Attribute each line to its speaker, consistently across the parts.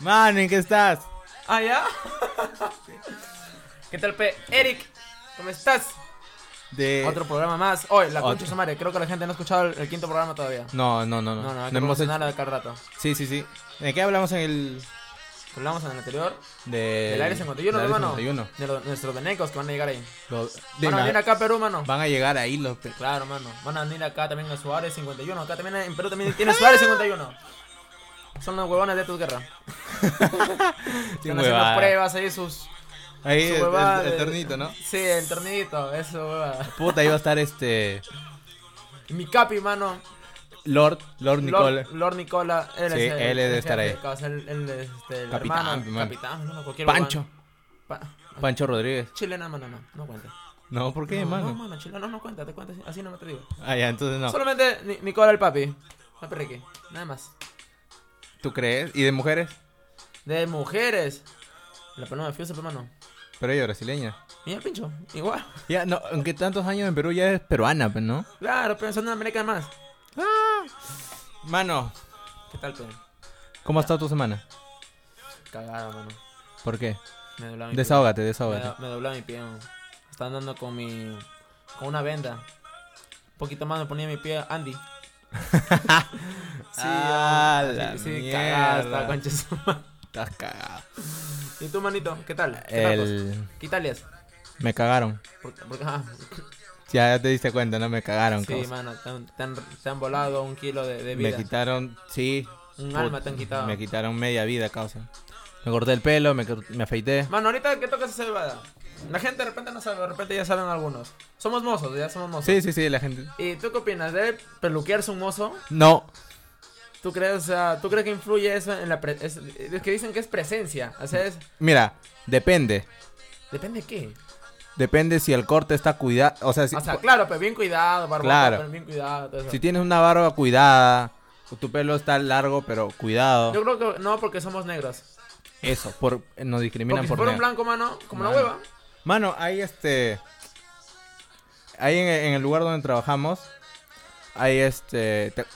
Speaker 1: Man, ¿en qué estás?
Speaker 2: ¿Ah, ya? ¿Qué tal, P? Eric, ¿cómo estás?
Speaker 1: De...
Speaker 2: Otro programa más. Hoy, la concha
Speaker 1: Eh. Otro.
Speaker 2: de su madre. Creo que la gente no ha escuchado el, el quinto programa todavía.
Speaker 1: No, no, no, no.
Speaker 2: No, no,
Speaker 1: No
Speaker 2: hay que
Speaker 1: hemos hecho-
Speaker 2: promocionarlo de acá al rato.
Speaker 1: Sí, sí, sí. ¿De qué hablamos en el.
Speaker 2: Hablamos en el anterior.
Speaker 1: De...
Speaker 2: Del área 51,
Speaker 1: del área
Speaker 2: hermano.
Speaker 1: 51.
Speaker 2: De los- nuestros venecos que van a llegar ahí.
Speaker 1: Los- de
Speaker 2: Van a
Speaker 1: la-
Speaker 2: venir acá a Perú, mano.
Speaker 1: Van a llegar ahí los. pe-
Speaker 2: Claro, mano. Van a venir acá también a su área 51. Acá también en Perú también tiene su área 51. Son los huevones de tu guerra. Están haciendo
Speaker 1: huevada.
Speaker 2: pruebas ahí sus.
Speaker 1: Ahí
Speaker 2: su
Speaker 1: el,
Speaker 2: huevada
Speaker 1: el- el
Speaker 2: de-
Speaker 1: tornito, ¿no?
Speaker 2: Sí, el tornito, eso, huevada.
Speaker 1: Puta, iba a estar este.
Speaker 2: Y mi capi, mano.
Speaker 1: Lord, Lord Nicole.
Speaker 2: Lord, Lord Nicola. Él
Speaker 1: Sí,
Speaker 2: es el,
Speaker 1: él debe
Speaker 2: el
Speaker 1: estar
Speaker 2: jefe,
Speaker 1: ahí.
Speaker 2: causa, Él, él es, este, el
Speaker 1: Capitán,
Speaker 2: hermano,
Speaker 1: mi mano.
Speaker 2: capitán, no, cualquier
Speaker 1: Pancho.
Speaker 2: huevón. Pa-
Speaker 1: Pancho Rodríguez.
Speaker 2: chilena, mano, no, no cuenta.
Speaker 1: No, ¿por qué,
Speaker 2: no,
Speaker 1: mano?
Speaker 2: No, mano, chilena, no, no cuenta, te cuenta, así- así no me te digo.
Speaker 1: Ah, ya, entonces no.
Speaker 2: Solamente Ni- Nicola el papi. Papi Ricky, nada más.
Speaker 1: ¿Tú crees? ¿Y de mujeres?
Speaker 2: De mujeres. La paloma de Fiusa, hermano.
Speaker 1: Pero ella brasileña.
Speaker 2: Y el pincho, igual.
Speaker 1: Ya, no, aunque tantos años en Perú ya es peruana, pues, ¿no?
Speaker 2: Claro, pensando en América más.
Speaker 1: Mano,
Speaker 2: ¿Qué tal, pe?
Speaker 1: ¿cómo ha estado tu semana?
Speaker 2: Cagada, mano.
Speaker 1: ¿Por qué?
Speaker 2: Me doblaba mi pie.
Speaker 1: Desahógate,
Speaker 2: Me,
Speaker 1: desahógate.
Speaker 2: do- me doblaba mi pie. mano. Estaba andando con mi. con una venda. Un poquito más me ponía mi pie Andy. sí,
Speaker 1: Ah,
Speaker 2: mano.
Speaker 1: la
Speaker 2: sí, sí, cagada
Speaker 1: mierda.
Speaker 2: está, concha su madre.
Speaker 1: Estás cagado.
Speaker 2: ¿Y tú, manito? ¿Qué tal? ¿Qué tacos?
Speaker 1: El...
Speaker 2: ¿Qué Italias?
Speaker 1: Me cagaron.
Speaker 2: Porque, porque, ajá.
Speaker 1: Ya te diste cuenta, ¿no? Me cagaron.
Speaker 2: Sí,
Speaker 1: causa.
Speaker 2: mano, te han, te han- te han volado un kilo de, de
Speaker 1: me
Speaker 2: vida.
Speaker 1: quitaron, sí.
Speaker 2: Un
Speaker 1: put-
Speaker 2: alma te han quitado.
Speaker 1: Me quitaron media vida, causa. Me corté el pelo, me, cor- me afeité.
Speaker 2: Mano, ahorita ¿qué tocas esa cebada. La gente de repente no sabe, de repente ya saben algunos. Somos mozos, ya somos mozos.
Speaker 1: Sí, sí, sí, la gente...
Speaker 2: ¿Y tú qué opinas? ¿Debe peluquearse un mozo?
Speaker 1: No,
Speaker 2: ¿Tú crees, o sea, ¿tú crees que influye eso en la... pre- es, es que dicen que es presencia. O sea, es...
Speaker 1: mira, depende.
Speaker 2: Depende de qué.
Speaker 1: Depende si el corte está cuidado. O sea, si,
Speaker 2: O sea, claro, pero bien cuidado, barbota,
Speaker 1: pues. Claro.
Speaker 2: pero bien cuidado, todo eso.
Speaker 1: si tienes una barba cuidada, o tu pelo está largo, pero cuidado.
Speaker 2: Yo creo que no, porque somos negros.
Speaker 1: Eso, por, nos discriminan
Speaker 2: Porque si
Speaker 1: por
Speaker 2: fuera un
Speaker 1: negro.
Speaker 2: blanco, mano, como una
Speaker 1: Mano.
Speaker 2: hueva.
Speaker 1: Mano, hay este. Ahí en, en el lugar donde trabajamos, hay este. te-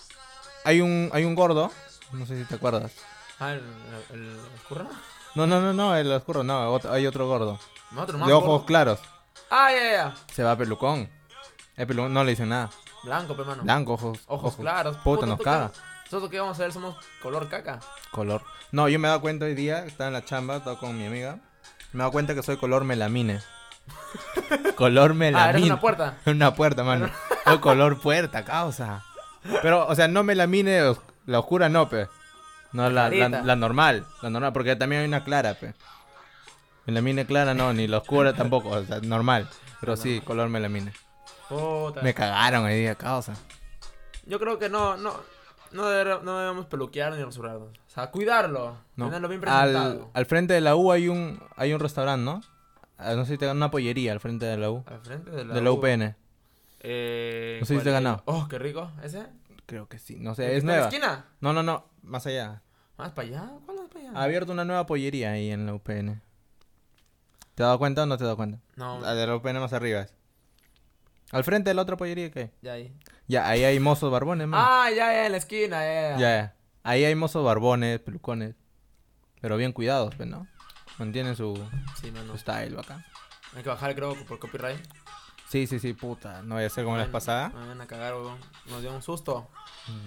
Speaker 1: hay, un, hay un gordo. No sé si te acuerdas.
Speaker 2: Ah, el... el, el curra.
Speaker 1: No, no, no, no, el oscuro, no. ot- hay otro gordo.
Speaker 2: No, otro más
Speaker 1: De ojos
Speaker 2: gordo.
Speaker 1: claros.
Speaker 2: Ah, ya, ya.
Speaker 1: Se va pelucón. El pelucón no le dice nada.
Speaker 2: Blanco, pe, mano.
Speaker 1: Blanco, ojos.
Speaker 2: Ojos, claros.
Speaker 1: Puta, nos
Speaker 2: ¿tú
Speaker 1: caga.
Speaker 2: qué- Nosotros que vamos a ver somos color caca.
Speaker 1: Color. No, yo me he dado cuenta hoy día, estaba en la chamba, estaba con mi amiga. Me he dado cuenta que soy color melamine. color melamine.
Speaker 2: Ah, eres una puerta.
Speaker 1: Una puerta, mano. Soy color puerta, causa. Pero, o sea, no melamine, os- la oscura no, pe. No, la, la,
Speaker 2: Clarita.
Speaker 1: la normal. La normal, porque también hay una clara, pe. Melamine clara no, ni la oscura tampoco, o sea, normal. Pero sí, color melamine.
Speaker 2: Puta.
Speaker 1: Me cagaron hoy día, causa.
Speaker 2: Yo creo que no, no, no, debe- no debemos peluquear ni rasurarnos. O sea, cuidarlo.
Speaker 1: No.
Speaker 2: Tenerlo bien
Speaker 1: al,
Speaker 2: presentado. Al,
Speaker 1: al frente de la U hay un hay un restaurante, ¿no? Ah, No sé si te una pollería al frente de la U.
Speaker 2: frente de la,
Speaker 1: de la
Speaker 2: U.
Speaker 1: UPN.
Speaker 2: Eh,
Speaker 1: No sé si
Speaker 2: ¿cuál
Speaker 1: te he
Speaker 2: era?
Speaker 1: ganado.
Speaker 2: Oh, qué rico. ¿Ese?
Speaker 1: Creo que sí. No sé,
Speaker 2: ¿El
Speaker 1: es
Speaker 2: que está en
Speaker 1: nueva.
Speaker 2: la esquina?
Speaker 1: No, no, no. Más allá.
Speaker 2: ¿Más para allá? ¿Cuál es para
Speaker 1: Ha
Speaker 2: allá?
Speaker 1: abierto una nueva pollería ahí en la UPN. ¿Te has dado cuenta o no te has dado cuenta?
Speaker 2: No,
Speaker 1: La de la UPN más arriba es. Al frente de la otra pollería que hay.
Speaker 2: ya ahí.
Speaker 1: Ya, ahí hay mozos barbones, man.
Speaker 2: Ah, ya, ya, en la esquina, ya,
Speaker 1: ya,
Speaker 2: ya.
Speaker 1: ya. Ahí hay mozos barbones, pelucones. Pero bien cuidados, pues, ¿no? Mantienen su,
Speaker 2: Sí, mano.
Speaker 1: su style bacán.
Speaker 2: Hay que bajar, creo, por copyright.
Speaker 1: Sí, sí, sí, puta. No voy a ser como las
Speaker 2: Ay,
Speaker 1: pasadas.
Speaker 2: Me van a cagar, huevón. Nos dio un susto.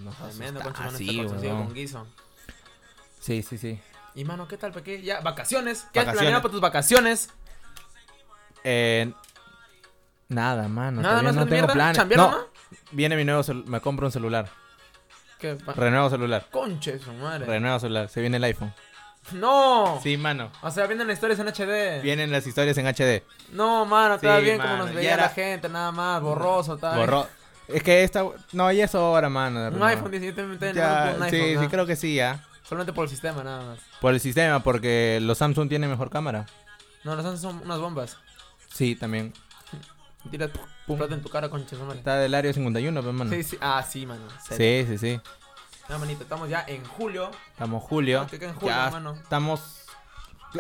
Speaker 1: Nos
Speaker 2: Tremendo,
Speaker 1: asusta-
Speaker 2: concha, mano,
Speaker 1: así,
Speaker 2: este calzoncillo
Speaker 1: weón.
Speaker 2: con guiso.
Speaker 1: Sí, sí, sí.
Speaker 2: Y mano, ¿qué tal, Peque? Ya, vacaciones. ¿Qué has
Speaker 1: Vacaciones.
Speaker 2: planeado para tus vacaciones?
Speaker 1: Eh, nada, mano. todavía
Speaker 2: Nada, no
Speaker 1: no
Speaker 2: haces
Speaker 1: tengo
Speaker 2: mierda,
Speaker 1: planes.
Speaker 2: chambear
Speaker 1: No,
Speaker 2: nomás.
Speaker 1: viene mi nuevo celu- me compro un celular.
Speaker 2: ¿Qué? pa-
Speaker 1: Renuevo celular.
Speaker 2: Conche su madre.
Speaker 1: Renuevo celular. Se viene el iPhone.
Speaker 2: No.
Speaker 1: Sí, mano.
Speaker 2: O sea, vienen historias en HD.
Speaker 1: Vienen las historias en HD.
Speaker 2: No, mano, estaba
Speaker 1: Sí,
Speaker 2: bien como
Speaker 1: mano,
Speaker 2: nos
Speaker 1: ya
Speaker 2: veía
Speaker 1: era-
Speaker 2: la gente, nada más, borroso, tal.
Speaker 1: Borró. Es que esta. No, ya es hora, mano. de
Speaker 2: Un
Speaker 1: renovar.
Speaker 2: iPhone 17 me traen
Speaker 1: Ya,
Speaker 2: un iPhone.
Speaker 1: sí, sí,
Speaker 2: nada.
Speaker 1: creo que sí, ya.
Speaker 2: Solamente por el sistema, nada más.
Speaker 1: Por el sistema, porque los Samsung tienen mejor cámara.
Speaker 2: No, los Samsung son unas bombas.
Speaker 1: Sí, también.
Speaker 2: Y Tiras, pum, explota en tu cara, concha su madre.
Speaker 1: Está del área 51, pues, mano.
Speaker 2: Sí, sí, ah, sí, mano. serio.
Speaker 1: Sí, sí, sí.
Speaker 2: No, manito, estamos ya en julio.
Speaker 1: Estamos julio.
Speaker 2: Te queda en julio,
Speaker 1: ya
Speaker 2: mano.
Speaker 1: estamos.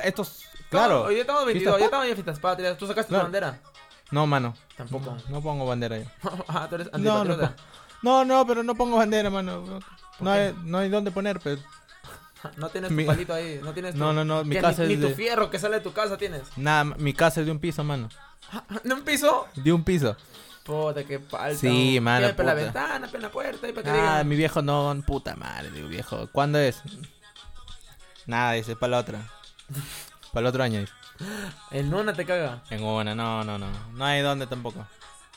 Speaker 1: Estos. Claro.
Speaker 2: Hoy día estamos 22,
Speaker 1: Fiestas
Speaker 2: ya estamos en fiestas patrias. ¿Tú sacaste
Speaker 1: Claro.
Speaker 2: tu bandera?
Speaker 1: No, mano.
Speaker 2: Tampoco.
Speaker 1: No pongo bandera yo.
Speaker 2: ah, tú eres
Speaker 1: No,
Speaker 2: antipatriota.
Speaker 1: pues, no, no, no, pero no pongo bandera, mano. No hay, no hay dónde poner, pero.
Speaker 2: No tienes tu
Speaker 1: Mi-
Speaker 2: palito ahí. No tienes tu...
Speaker 1: No, no, no, mi
Speaker 2: que
Speaker 1: casa
Speaker 2: ni,
Speaker 1: es
Speaker 2: ni
Speaker 1: de-
Speaker 2: tu fierro que sale de tu casa tienes.
Speaker 1: Nada, mi casa es de un piso, mano.
Speaker 2: ¿De un piso?
Speaker 1: De un piso.
Speaker 2: Puta, qué falta.
Speaker 1: Sí, mano,
Speaker 2: Pe la
Speaker 1: puta.
Speaker 2: ventana, pe la puerta, y para que
Speaker 1: Ah,
Speaker 2: digan.
Speaker 1: mi viejo no, puta madre, digo, viejo. ¿Cuándo es? Nada, dice, es para la otra. Para el otro año, dice. Ah,
Speaker 2: El nona te caga.
Speaker 1: En una, no, no, no. No hay dónde tampoco.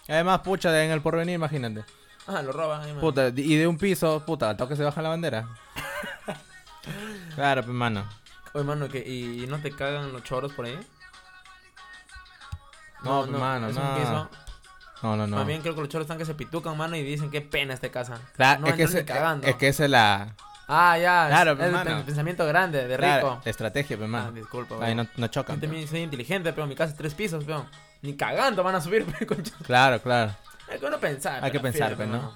Speaker 1: Además, pucha, de en el porvenir, imagínate.
Speaker 2: Ah, lo roban. ahí, man.
Speaker 1: Puta, y de un piso, puta, al toque se baja la bandera. Claro, pues, mano.
Speaker 2: Oye, mano, que ¿y no te cagan los choros por ahí?
Speaker 1: No, pues, mano,
Speaker 2: es
Speaker 1: no.
Speaker 2: un piso.
Speaker 1: No, no, no.
Speaker 2: Más bien creo que los choros están que se pitucan, mano, y dicen qué pena esta casa.
Speaker 1: Claro,
Speaker 2: no
Speaker 1: es, que
Speaker 2: entran
Speaker 1: ese,
Speaker 2: ni cagando.
Speaker 1: es que esa es la
Speaker 2: Ah, ya.
Speaker 1: Claro,
Speaker 2: es,
Speaker 1: pues,
Speaker 2: es
Speaker 1: mano.
Speaker 2: pen- pensamiento grande, de
Speaker 1: claro,
Speaker 2: rico.
Speaker 1: estrategia, pues,
Speaker 2: Ah,
Speaker 1: mano.
Speaker 2: disculpa,
Speaker 1: Ahí
Speaker 2: weón.
Speaker 1: no, no chocan.
Speaker 2: Yo
Speaker 1: pues.
Speaker 2: también soy inteligente, pero mi casa es tres pisos, pero ni cagando van a subir, pero concha.
Speaker 1: Claro, claro.
Speaker 2: Hay que uno pensar.
Speaker 1: Hay que
Speaker 2: pero,
Speaker 1: pensar, pues,
Speaker 2: fíjate,
Speaker 1: ¿no?
Speaker 2: mano.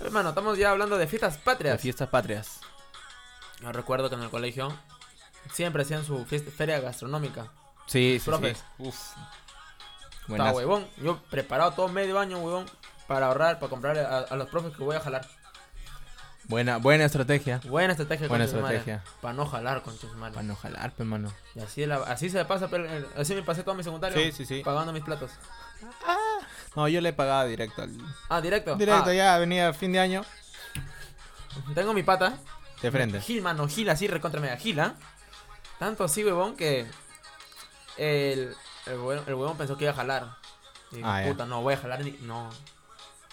Speaker 2: Hermano, estamos ya hablando de fiestas patrias.
Speaker 1: Las fiestas patrias.
Speaker 2: Yo recuerdo que en el colegio siempre hacían su fiesta- feria gastronómica.
Speaker 1: Sí, sí,
Speaker 2: Profes.
Speaker 1: sí. Uf.
Speaker 2: Está
Speaker 1: Buenas.
Speaker 2: huevón. Yo preparado todo medio año, huevón, para ahorrar, para comprar a, a los profes que voy a jalar.
Speaker 1: Buena, buena estrategia.
Speaker 2: Buena estrategia,
Speaker 1: Buena
Speaker 2: concha de su madre.
Speaker 1: estrategia.
Speaker 2: Para no jalar, con tus manos.
Speaker 1: Para no jalar, pues, mano.
Speaker 2: Y así, la- así se pasa, pero, eh, así me pasé todo mi secundario.
Speaker 1: Sí, sí, sí.
Speaker 2: Pagando mis platos.
Speaker 1: No, yo le pagaba directo al.
Speaker 2: Ah, directo.
Speaker 1: Directo,
Speaker 2: Ah,
Speaker 1: ya venía fin de año.
Speaker 2: Tengo mi pata.
Speaker 1: De frente.
Speaker 2: Gil, mano, Gil, así recontra mega Gila. Tanto así, huevón, que el, el, huevón, el huevón pensó que iba a jalar. Y dijo,
Speaker 1: Ah, ya.
Speaker 2: puta, no voy a jalar ni. No.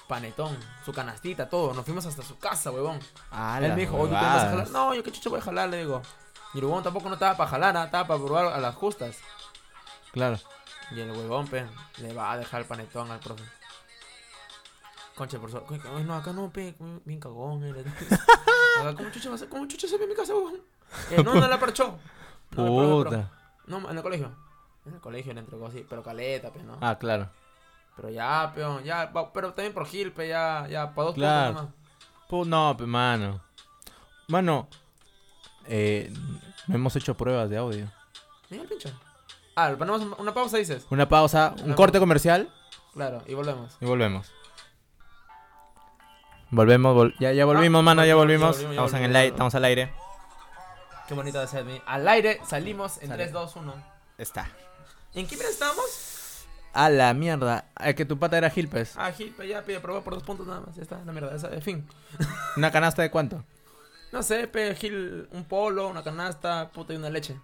Speaker 2: Panetón, su canastita, todo. Nos fuimos hasta su casa, huevón.
Speaker 1: Ah,
Speaker 2: Él
Speaker 1: las
Speaker 2: me dijo, "Oye, ¿tú te vas a jalar?
Speaker 1: huevadas.
Speaker 2: No, yo qué chucha voy a jalar, le digo. Y el huevón tampoco no estaba para jalar, ah, estaba para probar a las justas.
Speaker 1: Claro.
Speaker 2: Y el huevón, pe, le va a dejar el panetón al profe. Concha, por favor. Ay, no, acá no, pe, bien cagón, eres. Acá, ¿cómo chucha vas a ¿Cómo chucha se ve en mi casa, huevón? Eh, no, no la parchó. No, el profe, pero-
Speaker 1: Puta.
Speaker 2: No, en el colegio. En el colegio le entregó así, pero caleta, pe, ¿no?
Speaker 1: Ah, claro.
Speaker 2: Pero ya, peón, ya, pa- pero también por Gil, pe, ya, ya, para dos
Speaker 1: Claro.
Speaker 2: puntos
Speaker 1: Pu- no, pe, mano. Mano, eh, no hemos hecho pruebas de audio.
Speaker 2: nomás. Mira el pinche. Ah, le ponemos un- una pausa, dices.
Speaker 1: Una pausa, un
Speaker 2: Una
Speaker 1: corte comercial
Speaker 2: Claro, y volvemos.
Speaker 1: y volvemos. Volvemos, vol- ya, ya volvimos,
Speaker 2: Ah,
Speaker 1: mano, ya
Speaker 2: ya
Speaker 1: volvimos.
Speaker 2: volvimos, ya
Speaker 1: estamos, en el
Speaker 2: volvimos,
Speaker 1: aire,
Speaker 2: ya
Speaker 1: estamos al aire.
Speaker 2: Qué bonito de ser mí. Al aire salimos en
Speaker 1: Sale.
Speaker 2: 3, 2, 1.
Speaker 1: Está.
Speaker 2: ¿En qué minuto estábamos?
Speaker 1: A la mierda. Es que tu pata era Gilpes.
Speaker 2: Ah, Gil, pe, ya, pe, probó por dos puntos nada más. Ya está, la mierda, esa, en fin.
Speaker 1: ¿Una canasta de cuánto?
Speaker 2: No sé, pe, Gil, un polo, una canasta, puta y una leche.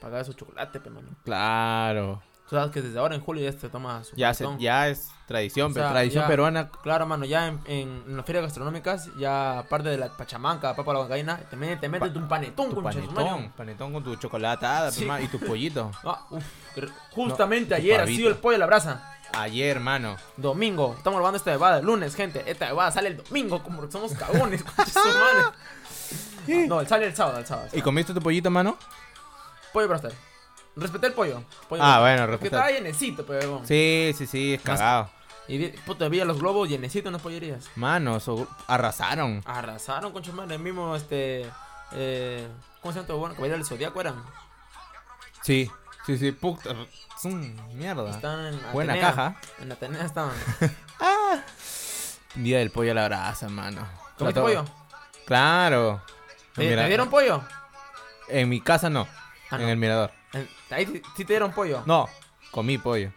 Speaker 2: Pagaba su chocolate, pe, mano.
Speaker 1: Claro.
Speaker 2: Tú sabes que desde ahora en julio ya se toma su
Speaker 1: Ya, se-
Speaker 2: cartón.
Speaker 1: ya es tradición,
Speaker 2: O
Speaker 1: pe,
Speaker 2: sea,
Speaker 1: tradición
Speaker 2: ya-
Speaker 1: peruana.
Speaker 2: Claro, mano, ya en, en, en las ferias gastronómicas, ya aparte de la pachamanca, papa a la bancaína, te, meten- te meten
Speaker 1: Pa-
Speaker 2: un panetón,
Speaker 1: Tu
Speaker 2: concha de su
Speaker 1: panetón,
Speaker 2: madre.
Speaker 1: panetón con tu chocolatada pe,
Speaker 2: Sí.
Speaker 1: ma, y tu pollito.
Speaker 2: Ah, uf, que re- justamente
Speaker 1: tu
Speaker 2: ayer ha
Speaker 1: pavito.
Speaker 2: sido el pollo a la brasa.
Speaker 1: Ayer, mano.
Speaker 2: Domingo, estamos grabando esta bebada el lunes, gente. Esta bebada sale el domingo, como somos cagones, concha de su madre. No, sale el sábado, el sábado.
Speaker 1: ¿Y comiste tu pollito, mano?
Speaker 2: Pollo broster. Respeté el pollo. pollo
Speaker 1: Ah,
Speaker 2: broster.
Speaker 1: bueno,
Speaker 2: Porque
Speaker 1: respetar.
Speaker 2: estaba llenecito, pero.
Speaker 1: Sí, sí, sí, es cagado.
Speaker 2: Y vi, puta, vi a los globos llenecito en las pollerías.
Speaker 1: Mano, so- arrasaron.
Speaker 2: Arrasaron con madre. El mismo, este. Eh, ¿Cómo se llama tu bueno? Caballero del Zodíaco eran.
Speaker 1: Ah. Sí, sí, sí, puta. Zum, mierda.
Speaker 2: Están en.
Speaker 1: Buena
Speaker 2: Atenea.
Speaker 1: caja.
Speaker 2: En Atenea estaban.
Speaker 1: Ah. Día del pollo a la brasa, mano.
Speaker 2: ¿Comiste
Speaker 1: Lo to-
Speaker 2: pollo?
Speaker 1: Claro.
Speaker 2: ¿Te,
Speaker 1: Mira,
Speaker 2: te dieron pollo?
Speaker 1: En mi casa no.
Speaker 2: Ah,
Speaker 1: en
Speaker 2: no.
Speaker 1: el mirador.
Speaker 2: En- Ahí sí- sí te dieron pollo.
Speaker 1: No, comí pollo.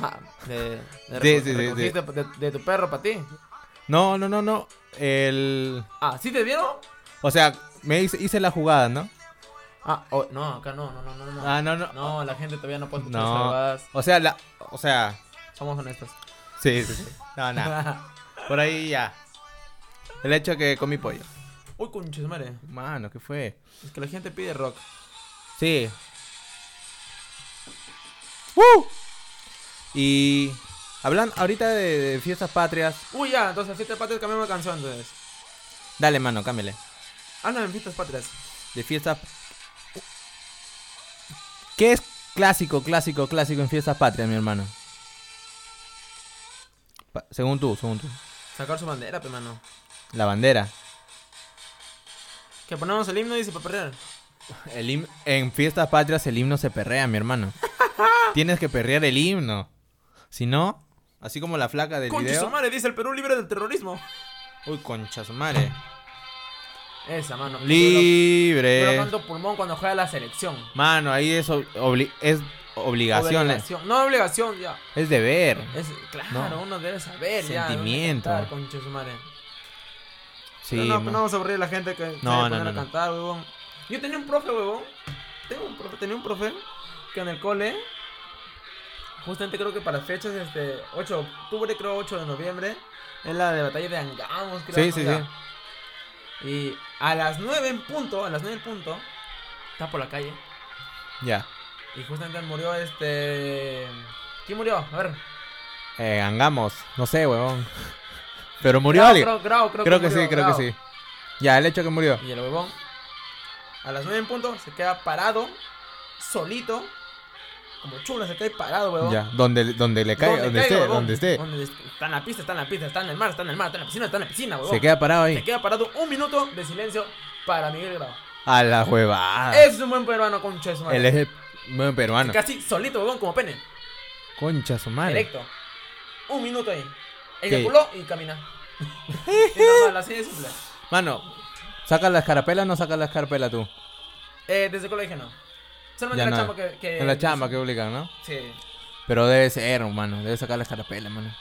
Speaker 2: Ah, de, de,
Speaker 1: Sí,
Speaker 2: reco-
Speaker 1: sí, sí,
Speaker 2: recogiste de, de tu perro para ti.
Speaker 1: No, no, no, no. El.
Speaker 2: Ah, ¿sí te dieron?
Speaker 1: O sea, me hice, hice la jugada, ¿no?
Speaker 2: Ah, oh, no, acá no, no, no, no. no.
Speaker 1: Ah, no, no.
Speaker 2: No, la gente todavía no puede escuchar
Speaker 1: No.
Speaker 2: esas huevadas.
Speaker 1: O sea, la. O sea.
Speaker 2: Somos honestos.
Speaker 1: Sí, sí, sí. No, nada. Por ahí ya. El hecho que comí pollo.
Speaker 2: Uy, conches, madre.
Speaker 1: Mano, ¿qué fue?
Speaker 2: Es que la gente pide rock.
Speaker 1: Sí. ¡Uh! Y hablan ahorita de, de fiestas patrias.
Speaker 2: Uy, ya, entonces Fiestas Patrias cambiamos de canción entonces.
Speaker 1: Dale, mano, cámbiale.
Speaker 2: Háblame de Fiestas Patrias.
Speaker 1: De fiestas. ¿Qué es clásico, clásico, clásico en fiestas patrias, mi hermano? Pa- según tú, según tú.
Speaker 2: Sacar su bandera, pe, mano.
Speaker 1: La bandera.
Speaker 2: Que ponemos el himno y dice para perder.
Speaker 1: El him- en fiestas patrias el himno se perrea, mi hermano. Tienes que perrear el himno. Si no, así como la flaca del
Speaker 2: Concha su
Speaker 1: video.
Speaker 2: madre, dice el Perú libre del terrorismo.
Speaker 1: Uy, concha su madre.
Speaker 2: Esa, mano. Pero
Speaker 1: Libre.
Speaker 2: tanto pulmón cuando juega la selección.
Speaker 1: Mano, ahí es, ob- obli- es obligación. eh.
Speaker 2: Obligación. Eh, No obligación, ya.
Speaker 1: Es deber.
Speaker 2: Es, claro,
Speaker 1: No.
Speaker 2: uno debe saber ya.
Speaker 1: Sentimiento.
Speaker 2: dónde cantar, concha de su madre.
Speaker 1: Sí,
Speaker 2: Pero no,
Speaker 1: man.
Speaker 2: no vamos a aburrir a la gente que se
Speaker 1: No,
Speaker 2: va
Speaker 1: no,
Speaker 2: a poner
Speaker 1: no,
Speaker 2: a
Speaker 1: no.
Speaker 2: cantar, huevón. Yo tenía un profe, huevón. Tengo un profe, tenía un profe que en el cole, justamente creo que para fechas, este, 8 de octubre, creo 8 de noviembre, es la de batalla de Angamos, creo.
Speaker 1: Sí,
Speaker 2: ¿no?
Speaker 1: sí,
Speaker 2: Ya. Y a las 9 en punto, a las 9 en punto, está por la calle.
Speaker 1: Ya.
Speaker 2: Y justamente murió este... ¿Quién murió? A ver.
Speaker 1: Eh, Angamos. No sé, huevón. Pero murió alguien.
Speaker 2: Grau, Grau, creo,
Speaker 1: Creo que
Speaker 2: murió,
Speaker 1: sí, creo
Speaker 2: Grau.
Speaker 1: que sí. Ya, el hecho que murió.
Speaker 2: Y el huevón a las 9 en punto se queda parado, solito, como chula, se cae parado, huevón.
Speaker 1: Ya. Donde, donde le caiga, donde,
Speaker 2: caiga,
Speaker 1: esté,
Speaker 2: huevón.
Speaker 1: donde esté.
Speaker 2: Donde est- está en la pista, está en la pista, está en el mar, está en el mar, está en la piscina, está en la piscina, huevón.
Speaker 1: Se queda parado
Speaker 2: Se
Speaker 1: ahí.
Speaker 2: queda parado un minuto de silencio para Miguel Grau.
Speaker 1: A la huevada.
Speaker 2: Ese es un buen peruano, concha de su madre.
Speaker 1: Él es Ah. el buen peruano.
Speaker 2: Casi solito, huevón, como pene.
Speaker 1: Concha su madre.
Speaker 2: Directo. Un minuto ahí.
Speaker 1: ¿Qué?
Speaker 2: Eyaculó y camina. Es normal, así de simple.
Speaker 1: Mano, ¿saca la escarapela o no saca la escarapela tú?
Speaker 2: Eh, desde colegio no. Solamente
Speaker 1: Ya
Speaker 2: en la
Speaker 1: no.
Speaker 2: chamba que, que-
Speaker 1: En la chamba que obligan, ¿no?
Speaker 2: Sí.
Speaker 1: Pero debe ser, hermano. Debe sacar la escarapela, hermano.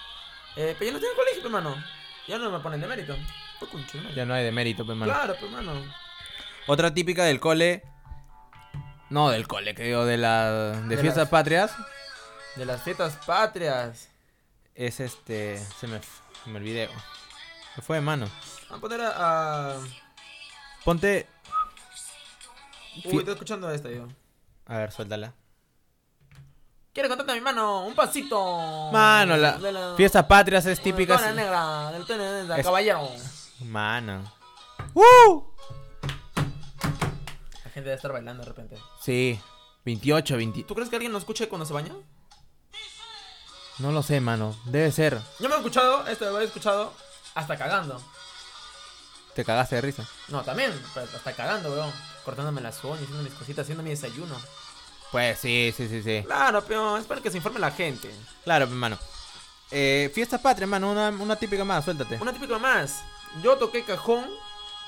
Speaker 2: Eh, pero yo no tengo colegio, pe, hermano. Ya no me ponen de mérito. Fue con chuma.
Speaker 1: Ya no hay de mérito, pues, hermano.
Speaker 2: Claro, pero hermano.
Speaker 1: Otra típica del cole. No, del cole, que digo, de la. de,
Speaker 2: De
Speaker 1: fiestas
Speaker 2: las-
Speaker 1: patrias.
Speaker 2: De las fiestas patrias.
Speaker 1: Es este. Se me, se me olvidé. güey. Se fue, mano.
Speaker 2: Vamos a poner a. a-
Speaker 1: Ponte.
Speaker 2: Uy, estoy escuchando esta yo.
Speaker 1: A ver, suéltala.
Speaker 2: Quiero contarte a mi mano un pasito.
Speaker 1: Mano, la.
Speaker 2: De la-
Speaker 1: Fiestas patrias es
Speaker 2: de
Speaker 1: típica.
Speaker 2: La negra, del tene de la
Speaker 1: Es-
Speaker 2: caballero.
Speaker 1: Mano. ¡Uh!
Speaker 2: La gente debe estar bailando de repente.
Speaker 1: Sí. 28, 20.
Speaker 2: ¿Tú crees que alguien nos escuche cuando se baña?
Speaker 1: No lo sé, mano. Debe ser.
Speaker 2: Yo me he escuchado, esto lo he escuchado, hasta cagando.
Speaker 1: Te cagaste de risa.
Speaker 2: No, también, pero hasta cagando, weón. Cortándome las uñas, haciendo mis cositas, haciendo mi desayuno.
Speaker 1: Pues sí, sí, sí, sí.
Speaker 2: Claro, pero es para que se informe la gente.
Speaker 1: Claro, hermano. Eh, fiestas patrias, hermano. Una, una típica más, suéltate.
Speaker 2: Una típica más. Yo toqué cajón